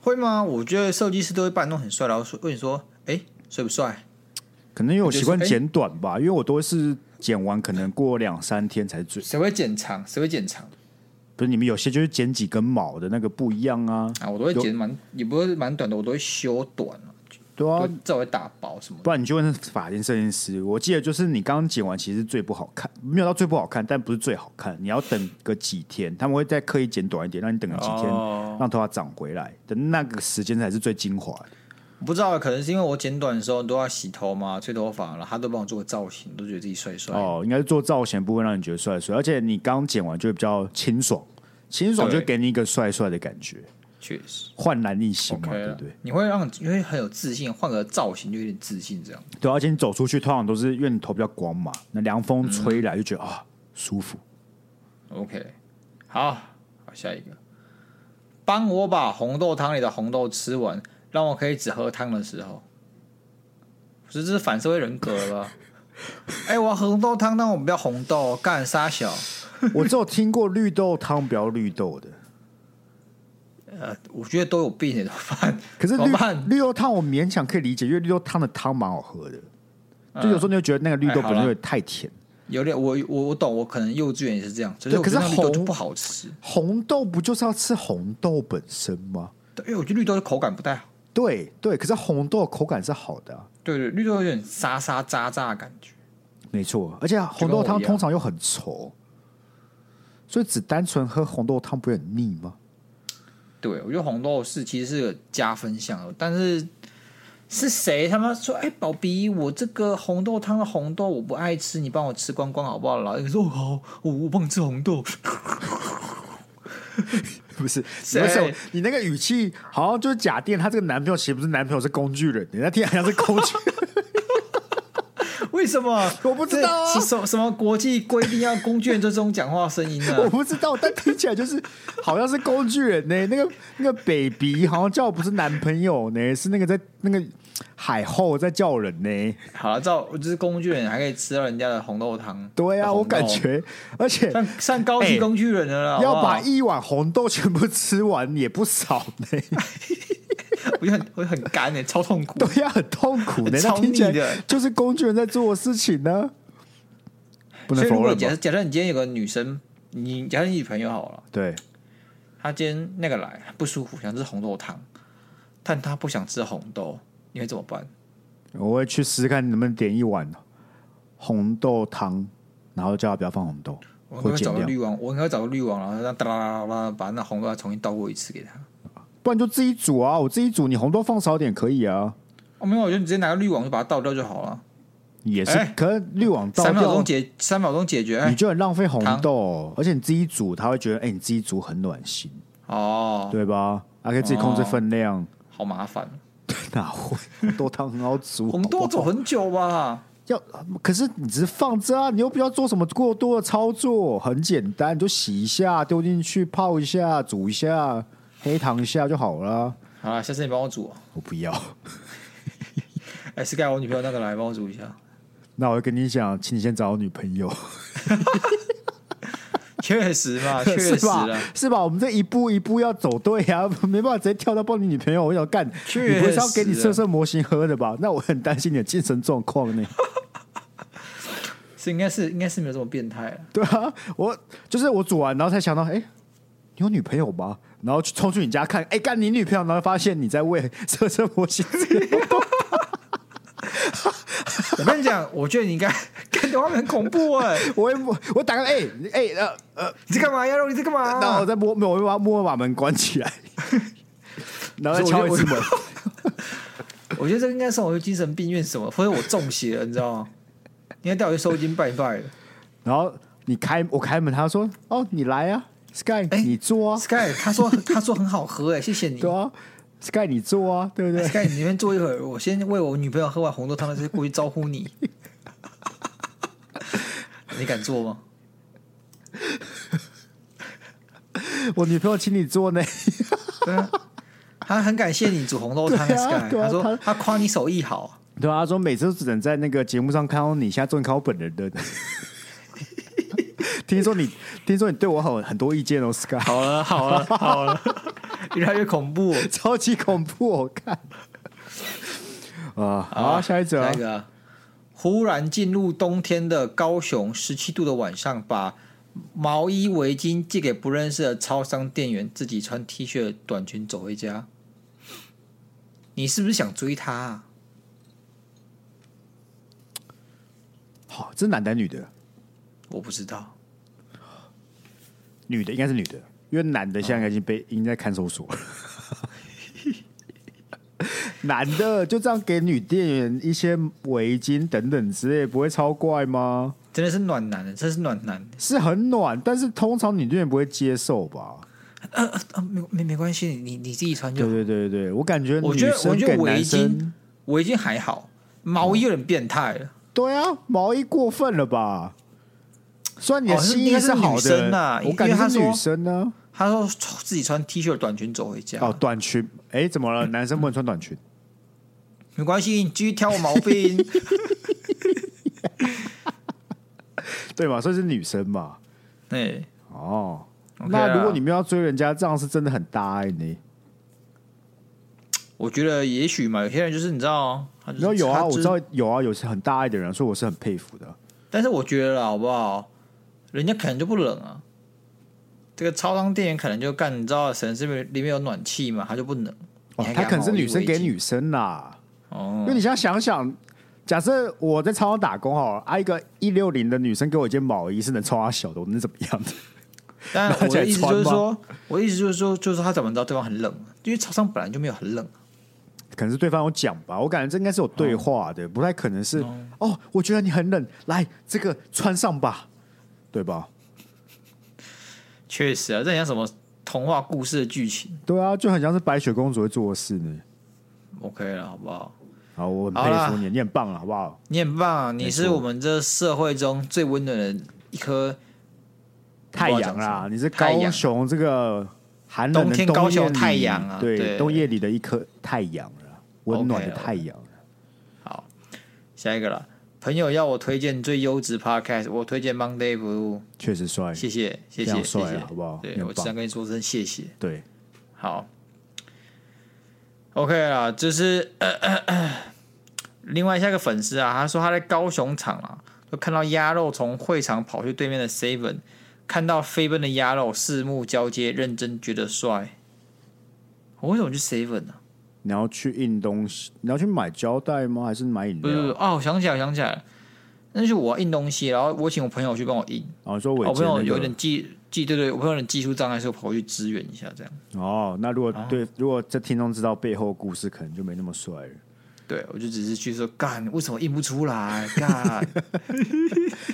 会吗？我觉得设计师都会扮弄很帅，然后说问你说，哎、帅不帅？
可能因为我习惯
就是哎
剪短吧，因为我都是剪完可能过两三天才最。
谁会剪长？谁会剪长
不是你们有些就是剪几根毛的那个不一样啊，
啊？我都会
有
剪蛮，也不是蛮短的，我都会修短啊
对啊
对，，这会打薄什么的。
不然你就问发型设计师。我记得就是你刚剪完，其实最不好看，没有到最不好看，但不是最好看。你要等个几天，他们会再刻意剪短一点，让你等个几天，
哦
让头发长回来的那个时间才是最精华的。
我不知道，可能是因为我剪短的时候都要洗头嘛、吹头发，然后他都帮我做个造型，都觉得自己帅帅。哦，
哦，应该是做造型部分让你觉得帅帅，而且你刚剪完就会比较清爽，清爽就
对
给你一个帅帅的感觉。
确实
焕然一新嘛，
，OK
哦对
了
不对？
你会让你会很有自信，换个造型就有点自信，这样
对，而啊且你走出去通常都是因为你头比较光嘛，那凉风吹来就
嗯
觉得啊、舒服。
OK。好，好，下一个，帮我把红豆汤里的红豆吃完，让我可以只喝汤的时候，不是这是反社会人格 了吧。哎、我要喝红豆汤，但我不要红豆，干沙小。
我只有听过绿豆汤不要绿豆的，
呃，我觉得都有病的，怎么办？
可
怎
是
么
绿
办？
绿豆汤我勉强可以理解，因为绿豆汤的汤蛮好喝的，就有时候你会觉得那个绿豆
哎好
本身
了
有点太甜。
有点，我我我懂，我可能幼稚园也是这样，只是
对
我
可是
觉得那绿豆就
红
不好吃，
红豆不就是要吃红豆本身吗？
对，因为我觉得绿豆的口感不太好。
对对，可是红豆的口感是好的啊、
对对，绿豆有点沙沙渣渣的感觉。
没错，而且红豆汤通常又很稠，所以只单纯喝红豆汤不会很腻吗？
对，我觉得红豆是其实是个加分项的，但是是谁他妈说，哎、宝比，我这个红豆汤的红豆我不爱吃，你帮我吃光光好不好？然后一个说哦好，我我帮你吃红豆，
不是，哎你
谁
为什么你那个语气好像就是假定他这个男朋友其实不是男朋友，是工具人，人家听好像是工具 人。
为什么？
我不知道啊
这是什么什么国际规定要工具人这种讲话声音呢、
我不知道，但听起来就是好像是工具人呢、那个那个 baby 好像叫我不是男朋友呢、是那个在那个海后在叫人呢、
好了，照我就是工具人，还可以吃到人家的红豆汤。
对啊，
红豆
我感觉，而且
算算高
哎
级工具人的了啦，
要
好不好
把一碗红豆全部吃完也不少 呢、
我就很我就很干哎、超痛苦。
对呀、很痛苦的，那
超腻
听起来
的
就是工具人在做的事情呢、不
所
能
以如
否
果
认
假
吧
设？假设你今天有个女生，你假设你女朋友好了，
对，
她今天那个来不舒服，想吃红豆汤，但她不想吃红豆，你会怎么办？
我会去试试看能不能点一碗红豆汤，然后叫他不要放红豆，
我应该
或
会
减
找个
量，
滤网，我应该会找个滤网，然后让哒啦啦啦啦把那红豆再重新倒过一次给她。
不然就自己煮啊。我自己煮，你红豆放少点可以啊，
哦，没有，我就直接拿个滤网就把它倒掉就好了，
也是。
哎
可是滤网倒
三秒
掉
钟，解三秒钟解决。哎
你就很浪费红
汤
豆，而且你自己煮，他会觉得哎、你自己煮很暖心，
哦，
对吧？啊还可以自己控制
哦
分量，
好麻烦，
哪会 红豆汤很好煮？
红
好
豆
不好
走很久吧？
要，可是你只是放着啊，你又不要做什么过多的操作，很简单，你就洗一下，丢进去泡一下，煮一下，黑糖一下就好了。
好了，下次你帮我煮哦。
我不要，
哎、s k y 我女朋友那个来帮我煮一下，
那我会跟你讲，请你先找我女朋友，
确实嘛，确
是
实啊
吧
啦。？
是吧？我们这一步一步要走对啊， 没办法直接跳到帮你女朋友。我想干，
确
你不会是要给你
实啊
色色模型喝的吧？ 那我很担心你的精神状况呢。
是应该是应该是没有这么变态了。
对啊，我就是我煮完，然后才想到，哎、你有女朋友吗？然后去冲去你家看，哎、干你女朋友，然后发现你在喂色色魔性
我跟你讲，我觉得你应该看的画面很恐怖哎、
我会摸我打开，哎、哎、呃呃，
你在干嘛，鸭肉？你在干嘛、
然后我再摸，没有，我会把摸把门关起来，然后再敲一次门。
我觉得这个应该是我有精神病院什么，或者我中邪了，你知道吗？应该带我去收金拜拜了。
然后你开我开门，他说，哦，你来啊，Sky，、
哎
你坐啊，
Sky，他说他说很好喝哎、谢谢你。
对啊，Sky 你坐啊，对 不对？
Sky，你那边坐一会儿，我先为我女朋友喝完红豆汤的时候过去招呼你。你敢做吗？
我女朋友请你坐呢，
对啊，他很感谢你煮红豆汤、
对
s
啊
k y
对
他
啊他
说他夸你手艺好。
对啊，他说每次都只能在那个节目上看到你，现在终于看到我本人 了。听说你，听说你对我很很多意见哦，Sky，
好了好了好了， 越来越恐怖。
超级恐怖、我看。啊，好啊，下一则啊
下一个啊，忽然进入冬天的高雄，十七度的晚上，把毛衣、围巾借给不认识的超商店员，自己穿 T 恤、短裙走回家。你是不是想追他、啊？
好，这是男的还是女的？
我不知道，
女的应该是女的，因为男的现在
啊
应该已经被已经在看守所了。 男的就这样给女店员一些围巾等等之类，不会超怪吗？
欸真的是暖男的，真是暖男。
是很暖，但是通常女店员不会接受吧？
呃呃呃，没没没关系，你你自己穿就
对
好。
对对对，我感觉
我
女
觉得我
生
觉得
给
围
男
巾
生，
围巾还好，毛衣有点变态了。
对啊，毛衣过分了吧？虽然你的
哦是
心
应
意
该是
好
女
的
生，啊
我感
因为
觉
他
是
说
女生呢、
他说自己穿 T 恤短裙走回家，
哦，短裙，哎、怎 么了？男生不能穿短裙？
没关系，你继续挑我毛 病。
对嘛，所以是女生嘛。
哎，
哦
OK
那如
啊嗯
果你们要追人家，这样是真的很大爱你。
我觉得也许嘛，有些人就是你知道，哦他就是
然后有啊，
他就
我
是
知道有啊，有些很大爱的人，所以我是很佩服的。
但是我觉得啦，好不好？人家可能就不冷啊。这个超商店员可能就干，你知道，省市里面有暖气嘛，他就不冷。
哦
你还，给
他可能是
毛衣
女生给
围巾
女生啦，因为
哦，
你想想想，假设我在超商打工好了，啊，一个一六零的女生给我一件毛衣，是能穿她小的，我能怎么样 的？
但我
拿起来
的意思
穿
就是
吗
说，我的意思就是说，就是他怎么知道对方很冷？因为超商本来就没有很冷。
可能是对方有讲吧，我感觉这应该是有对话的，不太可能是哦。我觉得你很冷，来这个穿上吧，对吧？
确实啊，这很像什么童话故事的剧情。
对啊，就很像是白雪公主会做的事呢。
OK 了，好不好？
好，我很
好啦
佩服你，你很棒了，好不好？
你很棒，啊你是
没错
我们这社会中最温暖的一颗
太阳
不知道讲什
啦
么，
你是
太
高
阳
雄这个寒冷
冬
的
天
冬
高雄
夜里
太阳啊对
对，冬夜里的一颗太阳了，温暖的
OK，OK
太阳。啊
好，下一个了。朋友要我推荐最优质 podcast，我推荐 Monday Blue，
确实帅，
谢谢谢
非
谢
常
谢
帅
谢
啊，，好不好？你
对
很
我只
棒
想跟你说声谢谢。
对，
好，OK 啊，就是呃呃呃另外下一个粉丝啊，他说他在高雄场啊，就看到鸭肉从会场跑去对面的 Seven，看到飞奔的鸭肉，四目交接，认真觉得帅。我为什么去 Seven 啊呢、
你要去印东西，你要去买胶带吗？还是买饮
不是不是
料？
哦，我想起来，我想起来了，那是我要印东西，然后我请我朋友去帮我印。
哦，你说
我
伟
朋
杰
友
那
有点
个
技技，对对，我朋友有点技术障碍，所以我跑过去支援一下，这样。
哦，那如果
啊
对，如果这听众知道背后故事，可能就没那么帅 了。
对，我就只是去说，干，为什么印不出来？ 干，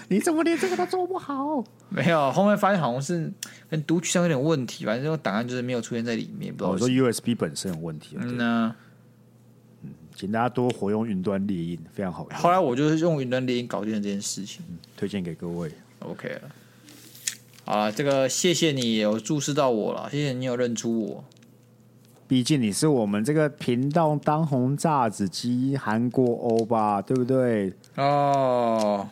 你怎么连这个都做不好？
没有，后面发现好像是跟读取上有点问题，反正这个档案就是没有出现在里面，不知道
哦我
为
说
什么。
USB 本身有问题，
嗯
对
呢，
请大家多活用云端列印，非常好
后
用，
来我就是用云端猎鹰搞定了这件事情
推荐给各位。
，OK 了。好了，这个谢谢你有注视到我了，谢谢你有认出我。
毕竟你是我们这个频道当红炸子鸡韩国欧巴，对不对？
哦，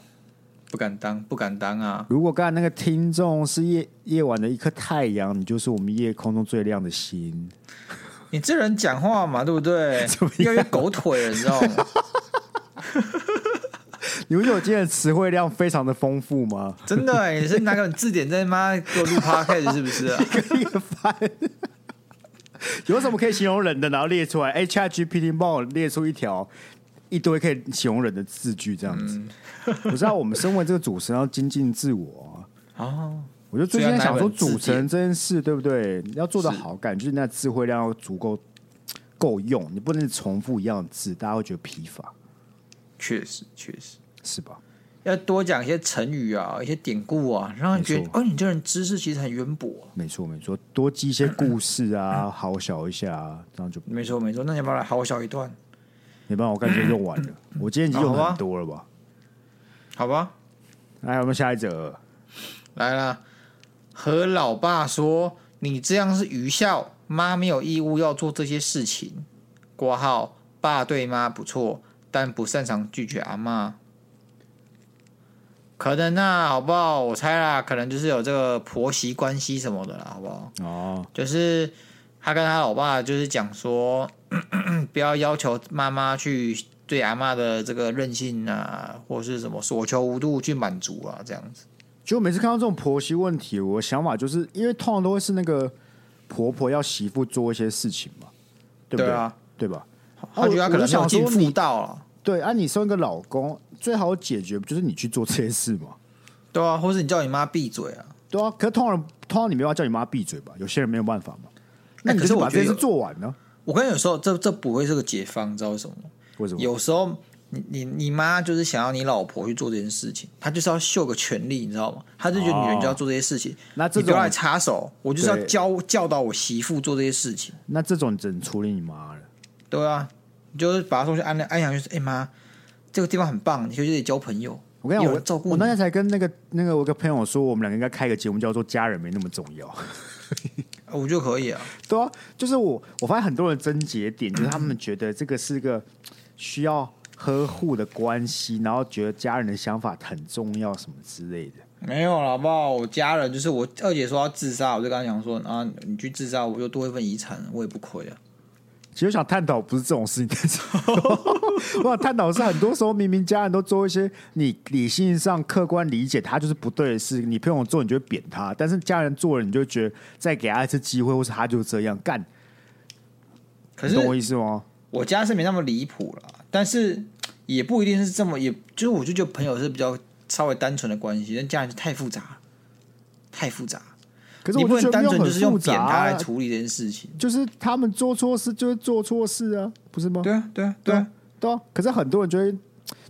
不敢当，不敢当啊！
如果刚才那个听众是夜夜晚的一颗太阳，你就是我们夜空中最亮的星。
你这人讲话嘛，对不对
怎么？样
越来越狗腿了，你知道吗？
你不觉得我今天的词汇量非常的丰富吗？
真的、欸，你是拿个字典在妈给 我录 podcast 是不是、啊？
一个翻，有什么可以形容人的，然后列出来？哎、c h a t GPT 帮我列出一条一堆可以形容人的字句，这样子。我知道我们身为这个主持人要精进自我啊、
哦，
我就最近在想说，主持
所以要拿一本
人这件事，对不对？你要做的好，感觉你那智慧量要足够够用，你不能重复一样的字，大家会觉得疲乏，
确实，确实。
是吧？
要多讲一些成语啊，一些典故啊，让人觉
没
得
错
哦，你这人知识其实很渊博。
没错，没错，多记一些故 事啊，好小一下、啊，这样就
没错没错，那你要不要来好好笑一段？
没办法，我感觉用 完了。我今天已经用很多了
啊
吧？
好吧，
来，我们下一则。
来啦。和老爸说，你这样是愚孝，妈没有义务要做这些事情。挂号，爸对妈不错，但不擅长拒绝阿妈。可能啊，好不好？我猜啦，可能就是有这个婆媳关系什么的啦，好不好？
哦，
就是他跟他老爸就是讲说， 不要要求妈妈去对阿妈的这个任性啊，或是什么所求无度去满足啊，这样子。
就每次看到这种婆媳问题，我的想法就是因为通常都会是那个婆婆要媳妇做一些事情嘛，对不对？
对啊，
对吧？
他觉得他可能
我就
没有
想说
尽妇
你
道了，
对啊，你身为一个老公，最好解决不就是你去做这些事嘛？
对啊，或是你叫你妈闭嘴啊。
对啊，可是通常通常你没有要叫你妈闭嘴吧？有些人没有办法嘛。那你
哎可
就是是
我
把
觉
这
得
些事
有
做完呢？
我跟你说，这这不会是个解放，你知道为什么吗？
为什么？
有时候你你你妈就是想要你老婆去做这件事情，她就是要秀个权利，你知道吗？她就觉得女人就要做这些事情，
那哦这
你不要来
种
插手，我就是要
对
教教导我媳妇做这些事情。
那这种只能处理你妈了。
对啊，你就是把她送去安安阳，就是哎妈，这个地方很棒，你可以去这里交朋友。
我跟你
有
讲，
人照
我
顾
我那
你
天才跟那个那个我一个朋友说，我们两个应该开个节目，叫做“家人没那么重要”。
啊我就可以啊。
对啊，就是我我发现很多人症结点，就是他们觉得这个是个需要呵护的关系，然后觉得家人的想法很重要什么之类的。
没有了，好不好？我家人就是我二姐说要自杀，我就跟她讲说啊，你去自杀，我就多一份遗产，我也不亏啊。
其实我想探讨不是这种事情，但是 我想探讨是很多时候明明家人都做一些你理性上客观理解他就是不对的事，你朋友做你就会扁他，但是家人做了你就会觉得再给他一次机会，或是他就这样干，
可
你
是
懂我意思吗？
我家是没那么离谱啦，但是也不一定是这么，也就是我就觉得朋友是比较稍微单纯的关系，但家人就太复杂了，太复杂。
可是
你
我
不
就
能
觉
单
得没有
纯就
很
是用
复
扁
杂、
他来
啊，
处理这件事情。
就是他们做错事就是做错事啊，不是吗？
对啊，对啊，
对
对
啊
啊，
对啊，可是很多人就会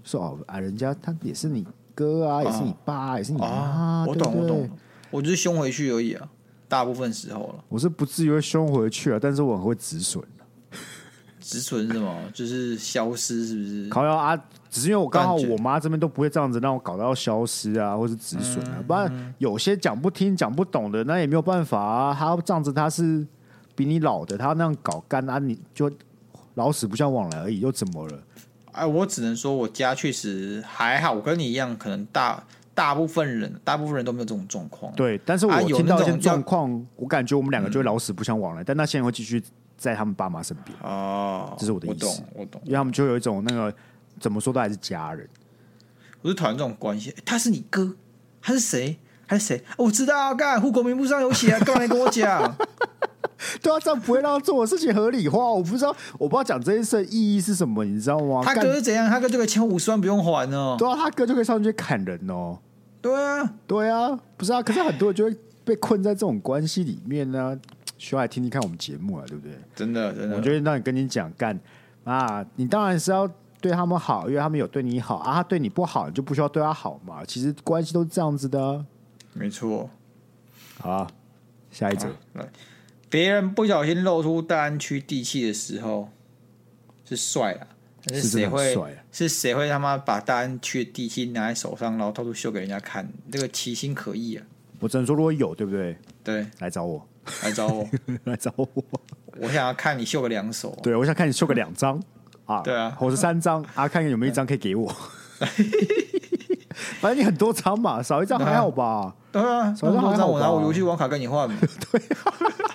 说哦啊，人家他也是你哥啊，也是你爸、啊，也是你妈、
啊，
啊，
我
对不
懂，我
对
懂，我就是凶回去而已啊，大部分时候了。
我是不至于会凶回去啊，但是我很会止损。
止损是什么？就是消失，是不是？
烤腰啊，只是因为我刚好
感觉
我妈这边都不会这样子让我搞到消失啊，或是止损啊，不然有些讲不听、讲不懂的，那也没有办法啊。他这样子他是比你老的，他那样搞干啊，你就老死不相往来而已，又怎么了？
哎，我只能说我家确实还好，我跟你一样，可能大大部分人，大部分人都没有这种状况。
对，但是我
啊有
听到一
那
些
种
状况，我感觉我们两个就会老死不相往来，但那些人会继续在他们爸妈身边，
哦，
这是我的意思
懂，我懂。
因为他们就有一种那个怎么说都还是家人。
我就讨厌这种关系。欸他是你哥，他是谁？他是谁？哦我知道啊，干户口名簿上有写啊，干嘛你跟我 讲？
对啊，这样不会让他做的事情合理化。我不知道，我不知道讲这件事的意义是什么，你知道吗？
他
哦干
哥是怎样？他哥这个钱五十万不用还哦。
对啊，他哥就可以上去砍人哦。
对啊，
对啊，不是啊，可是很多人就会被困在这种关系里面呢、需要来听听看我们节目啊，对不对？
真的真
我就会让你跟你讲干啊，你当然是要对他们好，因为他们有对你好啊，他对你不好，你就不需要对他好嘛。其实关系都是这样子的啊、
没错。
好啊、下一则，
别人不小心露出大安区地契的时候，是帅啦，但
是
是
真
谁
的很
会
帅啊
是谁会他妈把大安区的地契拿在手上，然后到处秀给人家看？这个其心可异啊。
我只能说如果有，对不对？
对，
来找我，
来找我，
来找我。
我想要看你秀个两手。啊
对，我想看你秀个两张啊，
对啊
或是三张啊，看看有没有一张可以给我。 反正你很多张嘛，少一张还好吧？
对啊，
手上
那
还好
我拿我
吧
游戏网卡跟你换 嘛。啊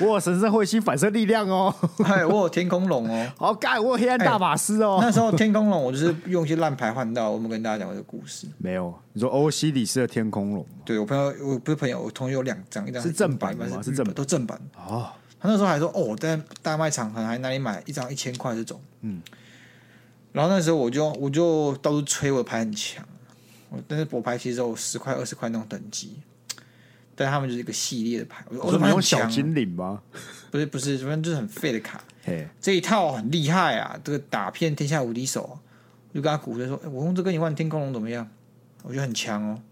我有神圣彗星反射力量哦，
哎，我有天空龙哦。
好干，我有黑暗大法师哦。
那时候天空龙，我就是用一些烂牌换到。我们跟大家讲过这个故事。
没有，你说欧西里斯的天空龙
对我朋友，我不是朋友，我同学有两张，一张
是正版的
一
吗
张
是正版
都正版。
哦，
他那时候还说，哦，我在大卖场还哪里买一张一千块这种。
嗯。
然后那时候我就我就到处吹我的牌很强，我但是我牌其实只有十块二十块那种等级，但他们就是一个系列的牌。我说
我
我的
说你
牌
用
很
小
强，
精灵吗？
不是不是，反正就是很废的卡。
嘿，
这一套很厉害啊，这个打遍天下无敌手、啊。我就跟他鼓吹说，哎我用这跟你换天空龙怎么样？我觉得很强哦，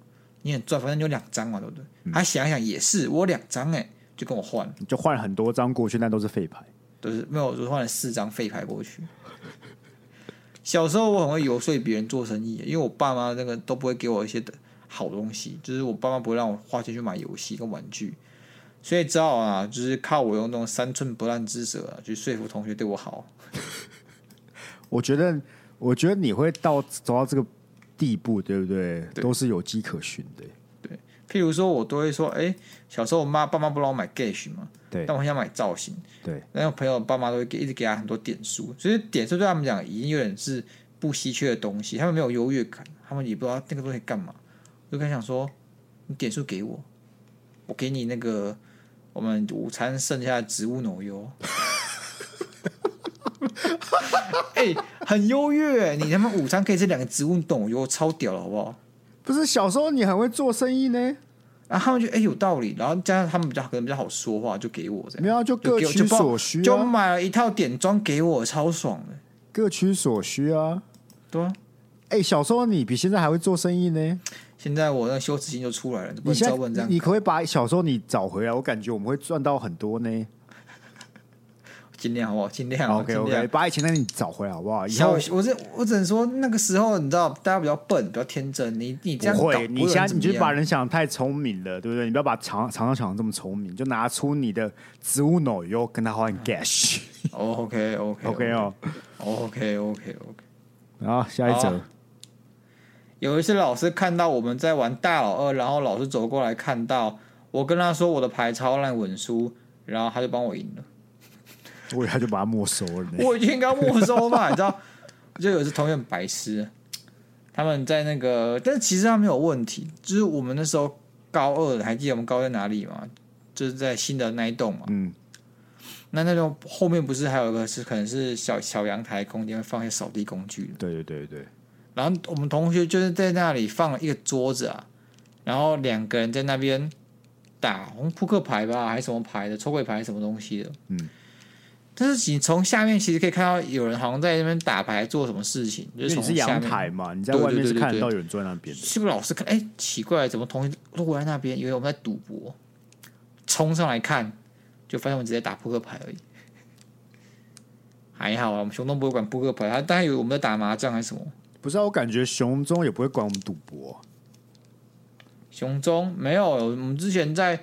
你很赚，反正就两张嘛，对不对？
嗯
他想一想也是，我有两张哎，就跟我换了，
你就换了很多张过去，但都是废牌。
就是没有，我就换了四张废牌过去。小时候我很会游说别人做生意，因为我爸妈那个都不会给我一些的好东西，就是我爸妈不会让我花钱去买游戏跟玩具，所以只好啊，就是靠我用那种三寸不烂之舌、啊、去说服同学对我好。
我觉得，我觉得你会到走到这个地步，对不对？都是有迹可循的。
譬如说，我都会说，哎、小时候我妈爸妈不让我买 Gage 嘛，
对
但我很想买造型，
对，
然后朋友爸妈都会给一直给他很多点数，所以点数对他们讲已经有点是不稀缺的东西，他们没有优越感，他们也不知道那个东西干嘛。我就跟他讲说，你点数给我，我给你那个我们午餐剩下的植物奶油。 哎、很优越，你他妈午餐可以吃两个植物奶油，超屌了，好不好？
不是小时候你很会做生意呢，
然后他们就哎、有道理，然后加上他们比较可能比较好说话，就给我这样，
没有啊就
就
各
给我
取所需
就帮我
啊。
就买了一套点装给我，超爽的。
各取所需啊。
对啊，
哎、小时候你比现在还会做生意呢。
现在我那羞耻心就出来了，不
你
能
现
照问这
在
样
你，可不可以把小时候你找回来？我感觉我们会赚到很多呢。
尽量好不好？尽量啊
OK
尽量
OK，。把以前的你找回来好不好？以
小
后
我这我只能说那个时候你知道大家比较笨，比较天真，你你这样
不
搞
会，你
会
现
很
在
怎
你
么
就是把
样
人想得太聪明了，对不对？你不要把常常常想得这么聪明，就拿出你的植物奶油跟他换 cash。
哦 OK OK
OK 哦，
OK OK OK。
然后下一
好
则
啊，有一次老师看到我们在玩大老二，然后老师走过来看到我跟他说我的牌超烂稳输，然后他就帮我赢了。
我以为他就把它没收了呢。
我已经刚没收嘛，你知道？ 就有一次同学很白痴，他们在那个，但其实他没有问题，就是我们那时候高二，还记得我们高二在哪里吗？就是在新的那一栋嘛。
嗯。
那那栋后面不是还有一个是可能是小小阳台空间会放一些扫地工具的，
对对对对，
然后我们同学就是在那里放了一个桌子啊，然后两个人在那边打红扑克牌吧，还是什么牌的，抽鬼牌什么东西的。
嗯。
但是你从下面其实可以看到有人好像在那边打牌做什么事情，就
因
是
为
从
你是
下
阳
面
台，嘛，你在
对
外面
对
是
对
看
对
得到有人坐在那边的。
是不是老师看？哎、奇怪，怎么同学都围在那边？以为我们在赌博，冲上来看，就发现我们只在打扑克牌而已。还好啊，我们熊东不会管扑克牌，他大概以为我们在打麻将还是什么。
不是啊，我感觉熊中也不会管我们赌博，
熊中没有，我们之前在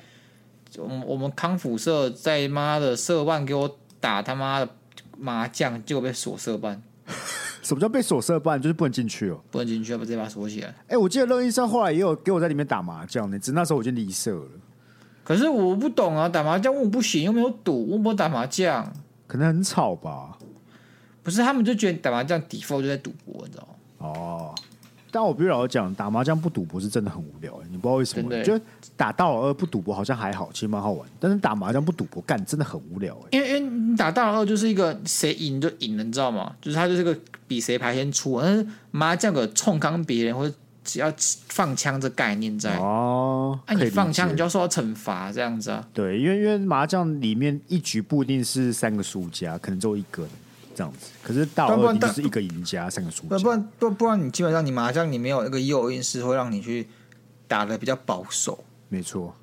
我们我们康复社在妈的社办给我打他妈的麻将，结果被锁社办，
什么叫被锁社办？就是不能进去哦。
不能进去，把直接把它锁起来。
哎、我记得乐医生后来也有给我在里面打麻将呢，只是那时候我已经离社了，
可是我不懂啊，打麻将我不行，又没有赌，我不会打麻将。
可能很吵吧。
不是他们就觉得打麻将 default 就在赌博，你知道吗？
哦，但我必须老实讲，打麻将不赌博是真的很无聊、欸，你不知道为什么、
真的欸
就打大老二不赌博好像还好，其实蛮好玩，但是打麻将不赌博干真的很无聊、欸，
因为因为你打大老二就是一个谁赢就赢了，你知道吗？就是他就是个比谁牌先出，但是麻将有冲康别人或者只要放枪这概念在，
哦，
啊，
可以
你
理
放枪
解
你就要受到惩罚这样子啊。
对，因为因为麻将里面一局不一定是三个输家，可能只有一个这样子，可是大老
但不
二
然
一定
大
是一个赢家，三个输
不不
家。
然不不然你基本上你麻将你没有一个诱因是会让你去打的比较保守，
没错，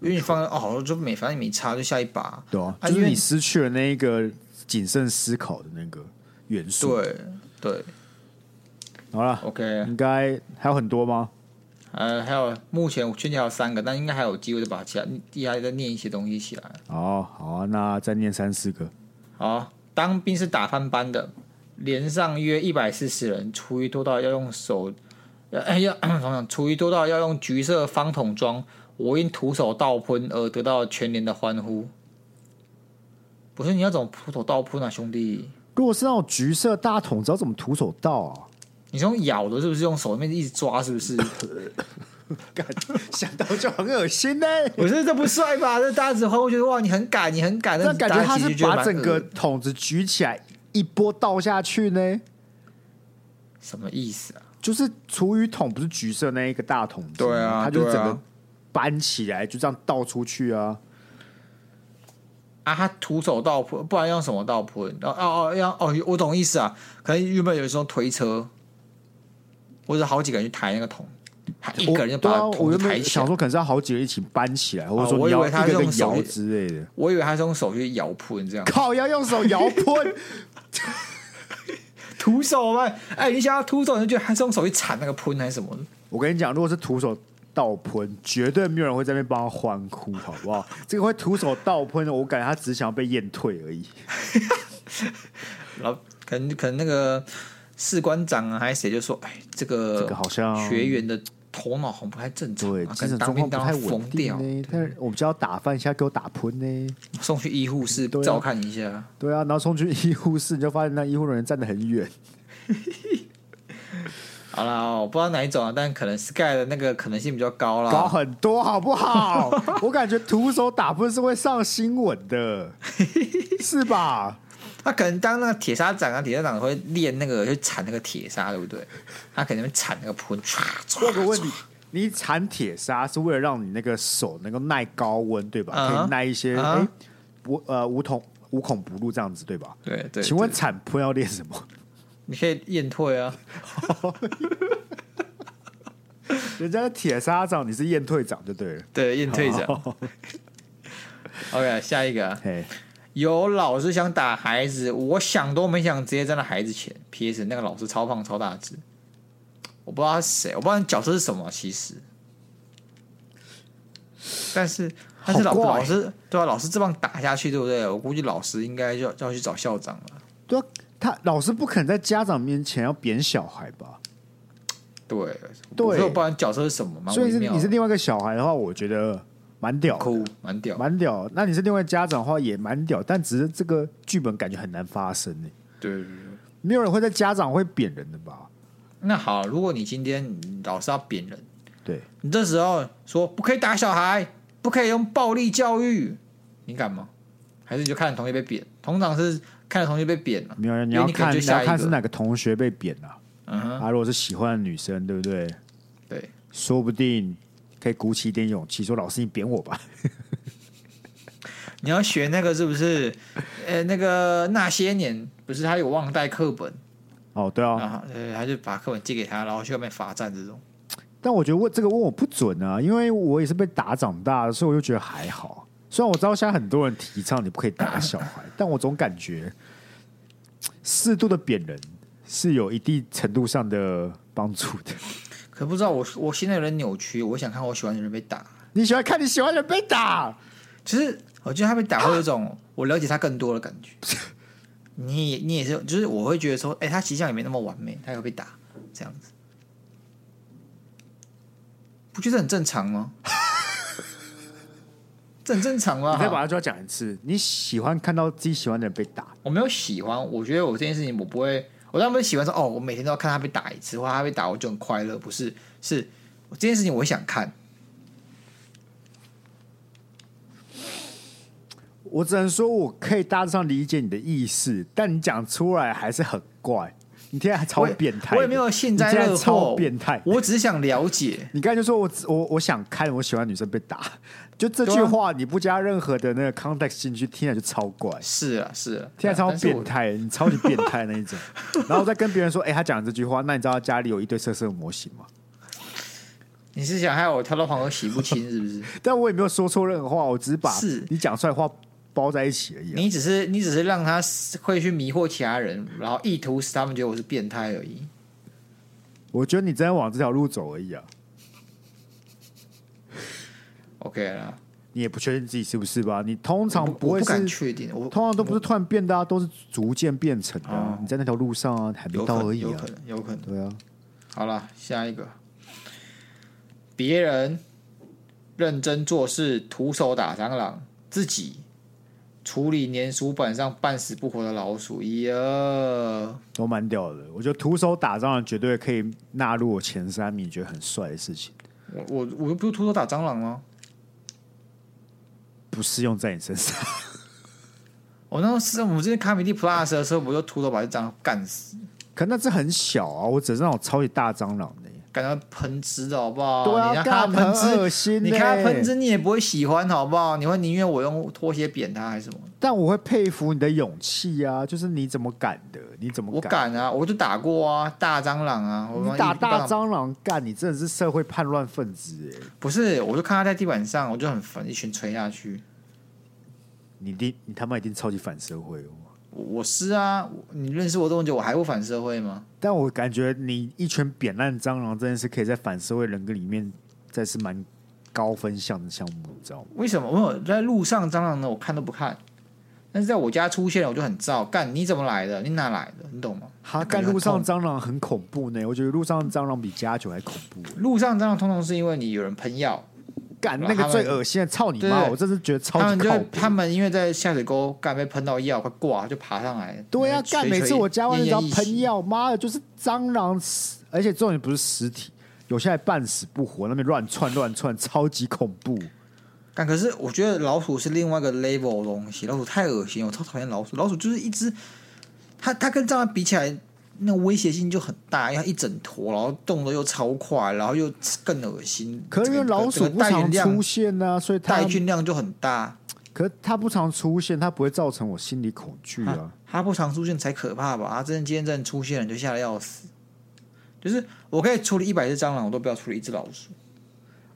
因为你放哦好就没反正没差就下一把，
对啊，
啊因
就是
为
你失去了那一个谨慎思考的那个元素。，
对对
好了，
，OK，
应该还有很多吗？
呃还有目前我圈起来还有三个，但应该还有机会再把其他一还再念一些东西起来。
哦，好啊，那再念三四个。
好，哦当兵是打翻班的，连上约一百四十人，厨余多到要用手，呃哎呀，想想厨余多到要用橘色方桶装，我因徒手倒喷而得到全连的欢呼。不是你要怎么徒手倒喷啊，兄弟？
如果是那种橘色大桶，知道怎么徒手倒啊？
你是用咬的，是不是？用手那边一直抓，是不是？
干想到就很恶心呢、
我觉得这不帅吧？这大家只会觉得哇，你很敢，你很敢。
那
但
感
大
觉
家
他
其实
是
觉得
把
蛮
整个
恶的
桶子举起来，一波倒下去呢。
什么意思啊？
就是厨余桶不是橘色那一个大桶子吗，
对啊
它就是
对
整
啊
个搬起来，就这样倒出去啊。
啊，他徒手倒扑，不然用什么倒扑？然后哦哦，要哦，我懂意思啊。可能原本有时候推车，或者好几个人去抬那个桶，他一
我
个人就
对
把
啊，
桶
我
子
原
抬
本
起来。
想
我
说可能是要好几个一起搬起来，或者
哦
说
我以
你要
为他
一个一个
用手
摇
去
之类 的。
以为他是用手去摇扑，你这样
靠，要用手摇喷，
徒手嘛？哎，你想要徒手，你就觉得他是用手去铲那个喷还是什么的？
我跟你讲，如果是徒手倒喷，绝对没有人会在那边帮他欢呼，好 不好？这个会徒手倒喷的，我感觉他只想要被验退而已。
然后可能可能那个士官长啊，还是谁就说，哎，这个
这个好像
学员的头脑好像不太正常、
对，
啊，可能
精神
当
状
兵
况不
当
太
到
稳
疯掉
定，呢。但是我们就要打饭，一下给我打喷呢。
送去医护室
对啊
照看一下。
对啊，然后冲去医护室，你就发现那医护人员站得很远。
好啦，我不知道哪一种啊，但可能 Sky 的那个可能性比较高啦。
高很多，好 不好？我感觉徒手打喷是会上新闻 的，是吧？
他可能当那个铁砂掌啊，铁砂掌会练那个，去铲那个铁砂，对不对？他可能会铲那个盆，唰唰
问个问题，你铲铁砂是为了让你那个手能够耐高温，对吧？
嗯
可以耐一些
嗯
哎无呃无孔无孔不入这样子，对吧？
对对，
请问
对
铲喷要练什么？
你可以验退啊。
人家是铁砂掌，你是验退掌就对了。
对，验退 者。
好
OK，下一个啊、
嘿，
有老师想打孩子，我想都没想，直接站在孩子前。P.S. 那个老师超胖超大只，我不知道他是谁，我不知道你角色是什么，其实。但是但是老
好怪
老师对啊，老师这棒打下去，对不对？我估计老师应该就要就要去找校长了。
对啊，他老师不肯在家长面前要扁小孩吧？
对，
对
我说我不然角色是什么，蛮
所以
微
是
妙
你是
的。
另外一个小孩的话，我觉得蛮屌的，
哭，蛮屌。
蛮屌。那你是另外家长的话也蛮屌，但只是这个剧本感觉很难发生呢、
对对对。
没有人会在家长会扁人的吧？
那好，如果你今天你老师要扁人，
对，
你这时候说不可以打小孩，不可以用暴力教育，你敢吗？还是你就看着同学被扁？通常是看着同学被扁了、
没有你
因为
要
你可能
看
就
你要
下一
看是
个。
哪个同学被扁啊。
嗯哼，
啊，如果是喜欢的女生，对不对？
对，
说不定可以鼓起一点勇气，说老师你扁我吧。
你要学那个是不是？呃，那个那些年不是他有忘带课本，
哦，对啊，
然后呃他就把课本借给他，然后去外面罚站这种。
但我觉得问这个问我不准啊，因为我也是被打长大的，所以我就觉得还好。虽然我知道现在很多人提倡你不可以打小 孩，但我总感觉适度的扁人是有一定程度上的帮助的。
可不知道我我现在有点扭曲，我想看我喜欢的人被打。
你喜欢看你喜欢的人被
啊
打，
其实我觉得他被打会有一种我了解他更多的感觉。你也你也是，就是我会觉得说，哎、他形象也没那么完美，他有被打这样子，不觉得很正常吗？ 这很正常
你
吗
再？把它就要讲一次。你喜欢看到自己喜欢的人被打，
我没有喜欢，我觉得我这件事情我不会，我当然不是喜欢说哦，我每天都要看他被打一次，或他被打我就很快乐，不是？是我这件事情我想看，
我只能说我可以大致上理解你的意思，但你讲出来还是很怪。你现在还超
我也
变态的
我也没有幸灾
你现在
乐祸
超变态。
我只是想了解。
你刚才就说我只我我想看我喜欢女生被打，就这句话你不加任何的那个 context 进去，听起来就超怪，
是啊，是啊，
听起来超
但是
变
我
态，你超级变态那 一种。然后再跟别人说，哎、他讲这句话，那你知道他家里有一堆色色模型吗？
你是想害我跳到黄河洗不 清是不是？
但我也没有说错任何话，我只是把
是
你讲出来的话包在一起而已、啊。
你只是你只是让他会去迷惑其他人，然后意图使他们觉得我是变态而已。
我觉得你真的往这条路走而已啊，
OK 啦，
你也不确定自己是不是吧？你通常
我
会
我不敢
是。
确定，我
通常都不是突然变的、啊，都是逐渐变成的啊、
哦
你在那条路上啊，还没
有可
到而
能，
已
有
啊
可。能，有可能。
对啊，
好了，下一个，别人认真做事，徒手打蟑螂，自己处理粘鼠板上半死不活的老鼠，耶、
都蛮屌的。我觉得徒手打蟑螂绝对可以纳入我前三名，觉得很帅的事情，
我我我又不是徒手打蟑螂吗？
不适用在你身上。
哦我那时候是我们之前看《米蒂 Plus》的时候，我就徒手把这蟑螂干死。
可那只很小啊，我只是那种超级大蟑螂的、
感觉喷汁的好不好？
对
哦
啊
你让它
干
喷
很恶
汁，
心
你看它
欸
喷汁，你也不会喜欢好不好？你会宁愿我用拖鞋扁它还是什么？
但我会佩服你的勇气啊，就是你怎么敢的？你怎么
我敢啊，我就打过啊，大蟑螂啊，我
你打大蟑螂干，你真的是社会叛乱分子哎、
不是，我就看它在地板上，我就很烦，一拳捶下去。
你一定，你他妈一定超级反社会哦！
我我是啊，我你认识我这么久，我还不反社会吗？
但我感觉你一拳扁烂蟑螂这件事，可以在反社会人格里面，再是蛮高分项的项目，你知道吗？
为什么？我有在路上蟑螂呢，我看都不看。但是在我家出现了，我就很燥，干你怎么来的？你哪来的？你懂吗？
哈，
感
干
觉很
路上
痛
蟑螂很恐怖呢，我觉得路上蟑螂比加九还恐怖。
路上蟑螂通常是因为你有人喷药，
干
然后
那个
他
最
们
恶心的，操你
对
妈！
对
我真是觉得超
他们
级
就
靠
会
谱。
他们因为在下水沟干被喷到药，快挂就爬上来。
对啊，
那
干
垂
每
垂
次我家外面只要
奄奄一息
喷药，妈的，就是蟑螂死，而且重点不是尸体，有些还半死不活，那边乱窜乱窜，超级恐怖。
干，可是我觉得老鼠是另外一个 level 的东西，老鼠太恶心了，我超讨厌老鼠。老鼠就是一只，它它跟蟑螂比起来，那威胁性就很大，因为它一整坨，然后动得又超快，然后又更恶心。
可是因
整
为
个
老鼠
整
不
个带
常
菌
出
量，
现呢、所以它
带菌量就很大。
可是它不常出现，它不会造成我心理恐惧啊。
它不常出现才可怕吧？它真的今天真的出现了，你就吓得要死。就是我可以处理一百只蟑螂，我都不要处理一只老鼠。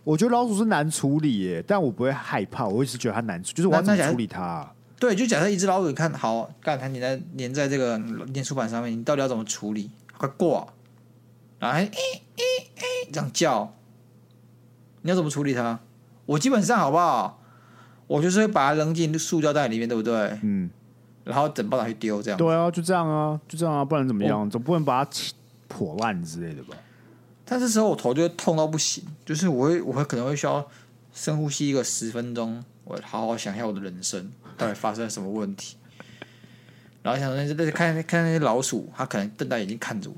我觉得老鼠是难处理耶，但我不会害怕，我一直觉得它难处，就是我要
那
怎
那假
么
如
处理它。
对，就假设一只老鼠，你看好，干它粘在粘在这个粘鼠板上面，你到底要怎么处理？快挂，然后还诶哎诶诶这样叫，你要怎么处理它？我基本上好不好？我就是会把它扔进塑胶袋里面，对不对？
嗯，
然后整包拿去丢，这样。
对啊，就这样啊，就这样啊，不然怎么样？总不能把它切破烂之类的吧？
但这时候我头就会痛到不行，就是我会我会可能会需要深呼吸一个十分钟，我好好想一下我的人生到底发生了什么问题。然后想说那些那些看看那些老鼠，它可能瞪大眼睛看着我，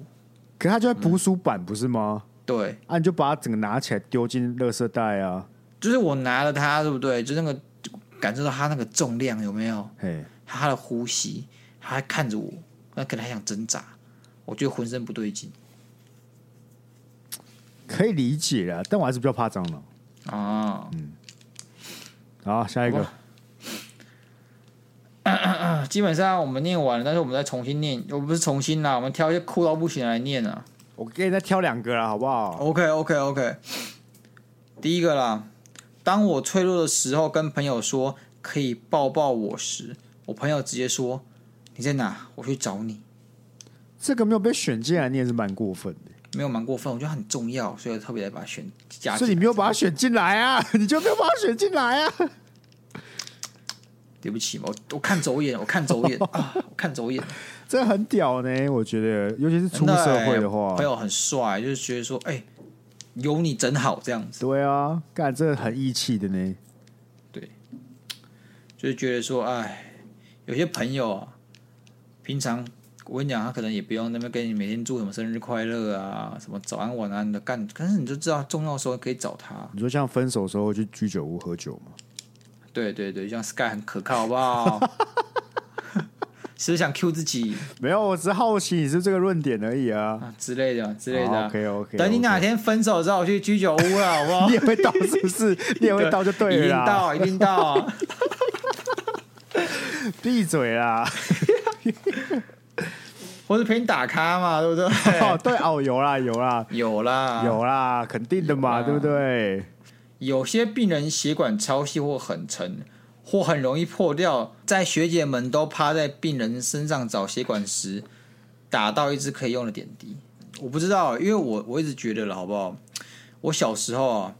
可它就在捕鼠板不是吗？
对，
啊，你就把它整个拿起来丢进垃圾袋啊，
就是我拿了它，对不对？就那个就感受到它那个重量有没有？
嘿，
它的呼吸，它还看着我，那可能还想挣扎，我觉得浑身不对劲
可以理解啊，但我还是比较怕蟑螂。
啊。
好，下一个
好，基本上我们念完了，但是我们再重新念，我们不是重新啦，我们挑一些酷到不行的来念啊。
我给你再挑两个啦，好不好？
OK OK OK，第一个啦，当我脆弱的时候，跟朋友说可以抱抱我时，我朋友直接说你在哪？我去找你，
这个没有被选进来，你也是蛮过分的。
没有蛮过分，我觉得很重要，所以我特别来把它选加
所以
进
你。没有把它选进来啊， 你就没有把它选进来啊。
对不起嘛，我我看走眼，我看走 眼啊，我看走眼。
这很屌呢，我觉得，尤其是出
真
社
欸
会的话
朋，友很帅，就是觉得说，哎、有你真好这样子，
对啊，干这很义气的呢。
就是觉得说，哎，有些朋友啊，平常我跟你讲，他可能也不用那边跟你每天祝什么生日快乐啊，什么早安晚安的干，但是你就知道重要的时候可以找他。
你说像分手的时候去居酒屋喝酒吗？
对对对，像 Sky 很可靠，好不好？ 是不是想 Q 自己
没有，我只是好奇你是这个论点而已啊。
啊之类的之类的啊、
OK OK，
等你哪天分手之后，我去居酒屋了，好不 好
你？也会到是 不是？你也会到就
一
对
定
了啦，
到，一定到。啊
闭嘴啦！
或是陪你打咖嘛，对不 对？
哦，对哦，有啦有啦
有啦，
有啦，肯定的
有
嘛，
啦
对不对？
有些病人血管超细或很沉，或很容易破掉，在学姐们都趴在病人身上找血管时，打到一支可以用的点滴。我不知道，因为我我一直觉得了，好不好？我小时候啊，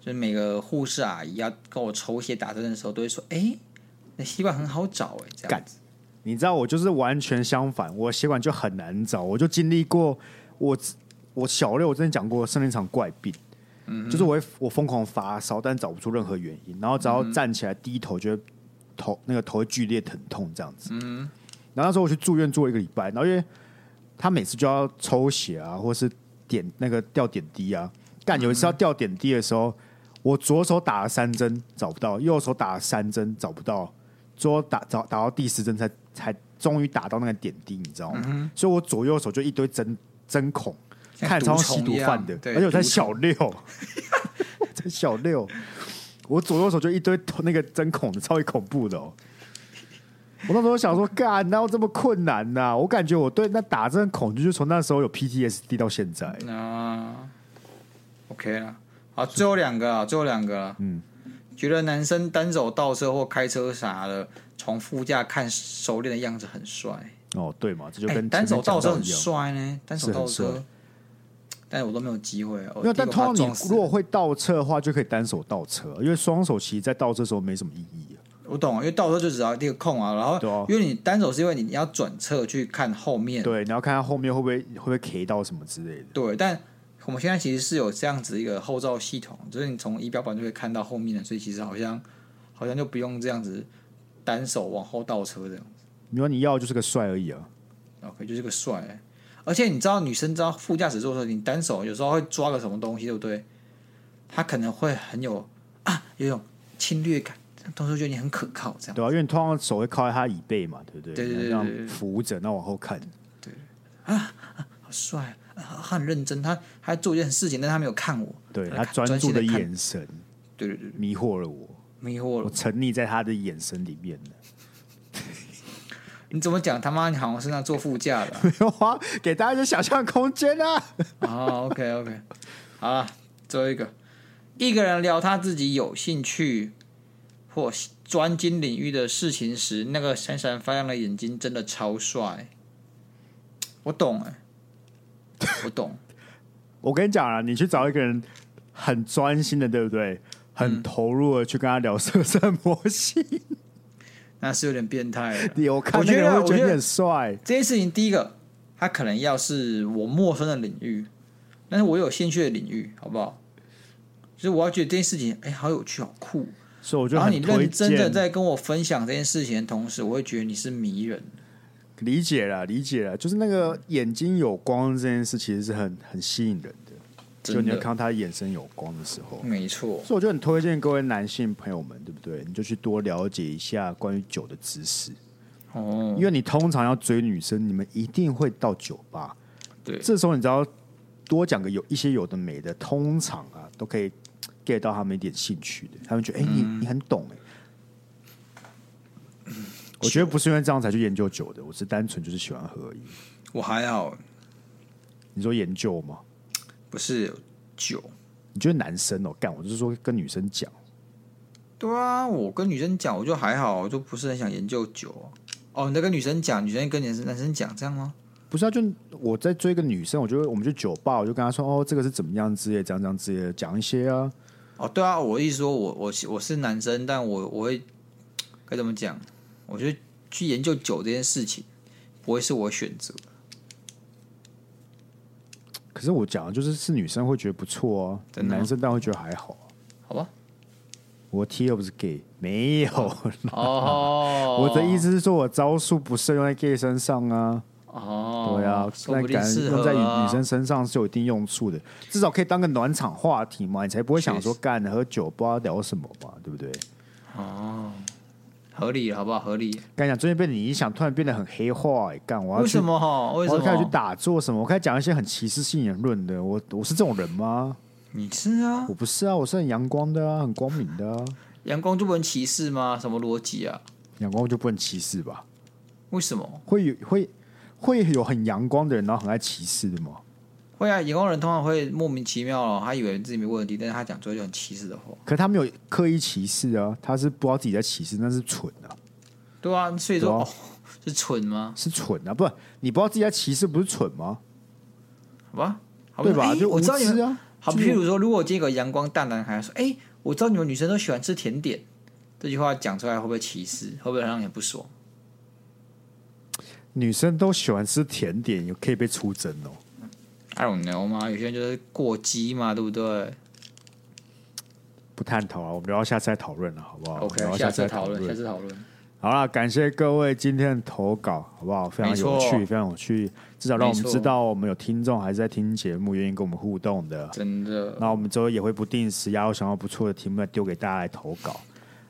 就是每个护士阿姨要跟我抽血打针的时候，都会说：“哎、那血管很好找、哎，这样
干
子。
你知道我就是完全相反，我血管就很难找，我就经历过我我小六我之前讲过生了一场怪病，就是我会我疯狂发烧，但找不出任何原因，然后只要站起来低头就会头那个头会剧烈疼痛这样子，
嗯
然后那时候我去住院住了一个礼拜，然后因为他每次就要抽血啊，或是点那个吊点滴啊，干有一
嗯
次要吊点滴的时候，我左手打了三针找不到，右手打了三针找不到，最后打找打到第十针才才终于打到那个点滴，你知道吗？所以我左右手就一堆针针孔，
嗯像
看起来
毒
超像吸
虫
毒
一样
犯的，
对
而且我才
毒虫
小六， 才小六，我左右手就一堆那个针孔的，超级恐怖的哦。我那时候想说，干，哪有这么困难呐、我感觉我对那打针的恐惧，就从那时候有 PTSD 到现在。
啊，OK 啦，好，最后两个啊，最后两个啦，嗯，觉得男生单手倒车或开车啥的，从副驾看熟练的样子很帅，
哦，对嘛，这就
哎
跟
单手倒
倒
车很帅呢，单手
是很
倒
帅
车，但是我都没有机会哦，
没
第
有，
一
但
个
通
怕
常
撞
你
死
如果会倒车的话，就可以单手倒车，因为双手其实在倒车的时候没什么意义、啊。
我懂，因为倒车就只要一个空啊，然
对啊
后因为你单手是因为你你要转侧去看后面，
对，你要看他后面会不会会不会 K 到什么之类的。
对，但我们现在其实是有这样子一个后照系统，就是你从仪表板就可以看到后面的，所以其实好像好像就不用这样子单手往后倒车这样。
你说你要的就是个帅而已啊，
OK，就是个帅、欸而且你知道，女生知道副驾驶座的时候，你单手有时候会抓个什么东西，对不对？她可能会很有啊，有一种侵略感，同时觉得你很可靠这样。
对啊，因为你通常手会靠在他椅背嘛，对不对？
对对对
这样
对对对
扶着，那往后看。
好帅啊！他很认真，他他在做一件事情，但他没有看我。
对
她
他
看
专注
心
的
地看
眼神
对对对，
迷惑了我，
迷惑
我
了。
沉溺在他的眼神里面了。
你怎么讲？他妈，你好像是那坐副驾的
没有啊，给大家一些想象空间啊。
啊。o k OK，好了，最后一个，一个人聊他自己有兴趣或专精领域的事情时，那个闪闪发亮的眼睛真的超帅。我懂哎、我懂，
我跟你讲啊，你去找一个人很专心的，对不对？很投入的去跟他聊色色魔性，
那是有点变态了。
有看
我
那
觉
个
得
人会
我
嗯觉
觉
得
得
你很帅。
这件事情，第一个，它可能要是我陌生的领域，但是我有兴趣的领域，好不好？就是我要觉得这件事情，哎、好有趣，好酷。
所以我就
然后你
很推
认真的
荐，
在跟我分享这件事情的同时，我会觉得你是迷人的。
理解了，理解了，就是那个眼睛有光这件事，其实是很很吸引人的。就
真
你
的
要看到他眼神有光的时候，
没错，
所以我就很推荐各位男性朋友们，对不对？你就去多了解一下关于酒的知识，
哦，
因为你通常要追女生，你们一定会到酒吧。
对，
这时候你只要多讲个有一些有的没的，通常啊都可以 get 到他们一点兴趣的，他们觉得哎、你你很懂哎、我觉得不是因为这样才去研究酒的，我是单纯就是喜欢喝而已。
我还好，
你说研究吗？
不是酒。
你觉得男生哦，干我就是说跟女生讲，
对啊，我跟女生讲，我就还好，我就不是很想研究酒啊、哦，你在跟女生讲，女生跟男生男生讲这样吗？
不是啊？就我在追一个女生，我就会我们去酒吧，我就跟她说哦，这个是怎么样之类，怎样怎样之类的，讲一些啊。
哦，对啊，我意思说我我是我是男生，但我我会该怎么讲？我觉得去研究酒这件事情，不会是我选择。
可是我讲的就是是女生会觉得不错啊，
真的吗
男生当然会觉得还好啊、
好 吧？
我 T 又不是 gay，没有。
哦
我的意思是说，我招数不适用在 gay 身上啊，
哦，
对啊，
说
那
不定
感
适合
用在女
啊
女生身上是有一定用处的，至少可以当个暖场话题嘛，你才不会想说
确实
干喝酒不知道聊什么嘛，对不对？
哦，合理好不好？合理？
跟你讲，最近被你影响，突然变得很黑化、欸，干我要
为
去
什，么哈？为
我
什
要
么？
开始去打坐什么，我开始讲一些很歧视性言论的，我我是这种人吗？
你是啊
我，不是啊，我是很阳光的啊，很光明的啊，
阳光就不能歧视吗？什么逻辑啊？
阳光就不能歧视吧？
为什么？
会有会会有很阳光的人，然后很爱歧视的吗？
会啊，阳光人通常会莫名其妙哦，他以为自己没问题，但是他讲出来就很歧视的话。
可他没有刻意歧视啊，他是不知道自己在歧视，那是蠢啊，
对啊，所以说、
对啊
哦、是蠢吗？
是蠢啊！不，你不知道自己在歧视，不是蠢吗？
好吧，好
对吧？
哎
就无
我知道你
知
们
啊，
好，
就是
譬如说，如果今天有个阳光大男孩说：“哎、我知道你们女生都喜欢吃甜点。”这句话讲出来会不会歧视？会不会让人不爽？
女生都喜欢吃甜点，也可以被出征哦。
I don't know 嘛，有些人就是过激嘛，对不对
不探讨啊，我们聊到下次再讨论了，好不好我们聊
？OK，
到
下
次再
次讨论，下
论。
次讨论。
好了，感谢各位今天的投稿，好不好？非常有趣，
没错
非常有趣，至少让我们
没错
知道我们有听众还是在听节目，愿意跟我们互动的。
真的，
那我们之后也会不定时压到想要不错的题目来丢给大家来投稿，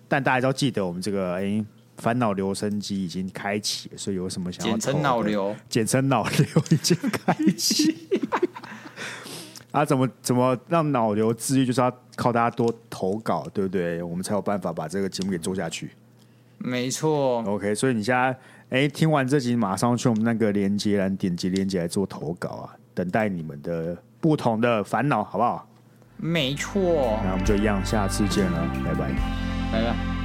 但大家都要记得我们这个哎烦恼留声机已经开启了，所以有什么想要
简
投
称
的
脑，瘤。
简称脑瘤已经开启。 啊，怎么怎么让脑瘤治愈，就是要靠大家多投稿，对不对？我们才有办法把这个节目给做下去。
没错，
OK，所以你现在哎听完这集，马上去我们那个连接栏点击连接来做投稿啊，等待你们的不同的烦恼，好不好？
没错。
那我们就一样，下次见了，拜拜。
来吧。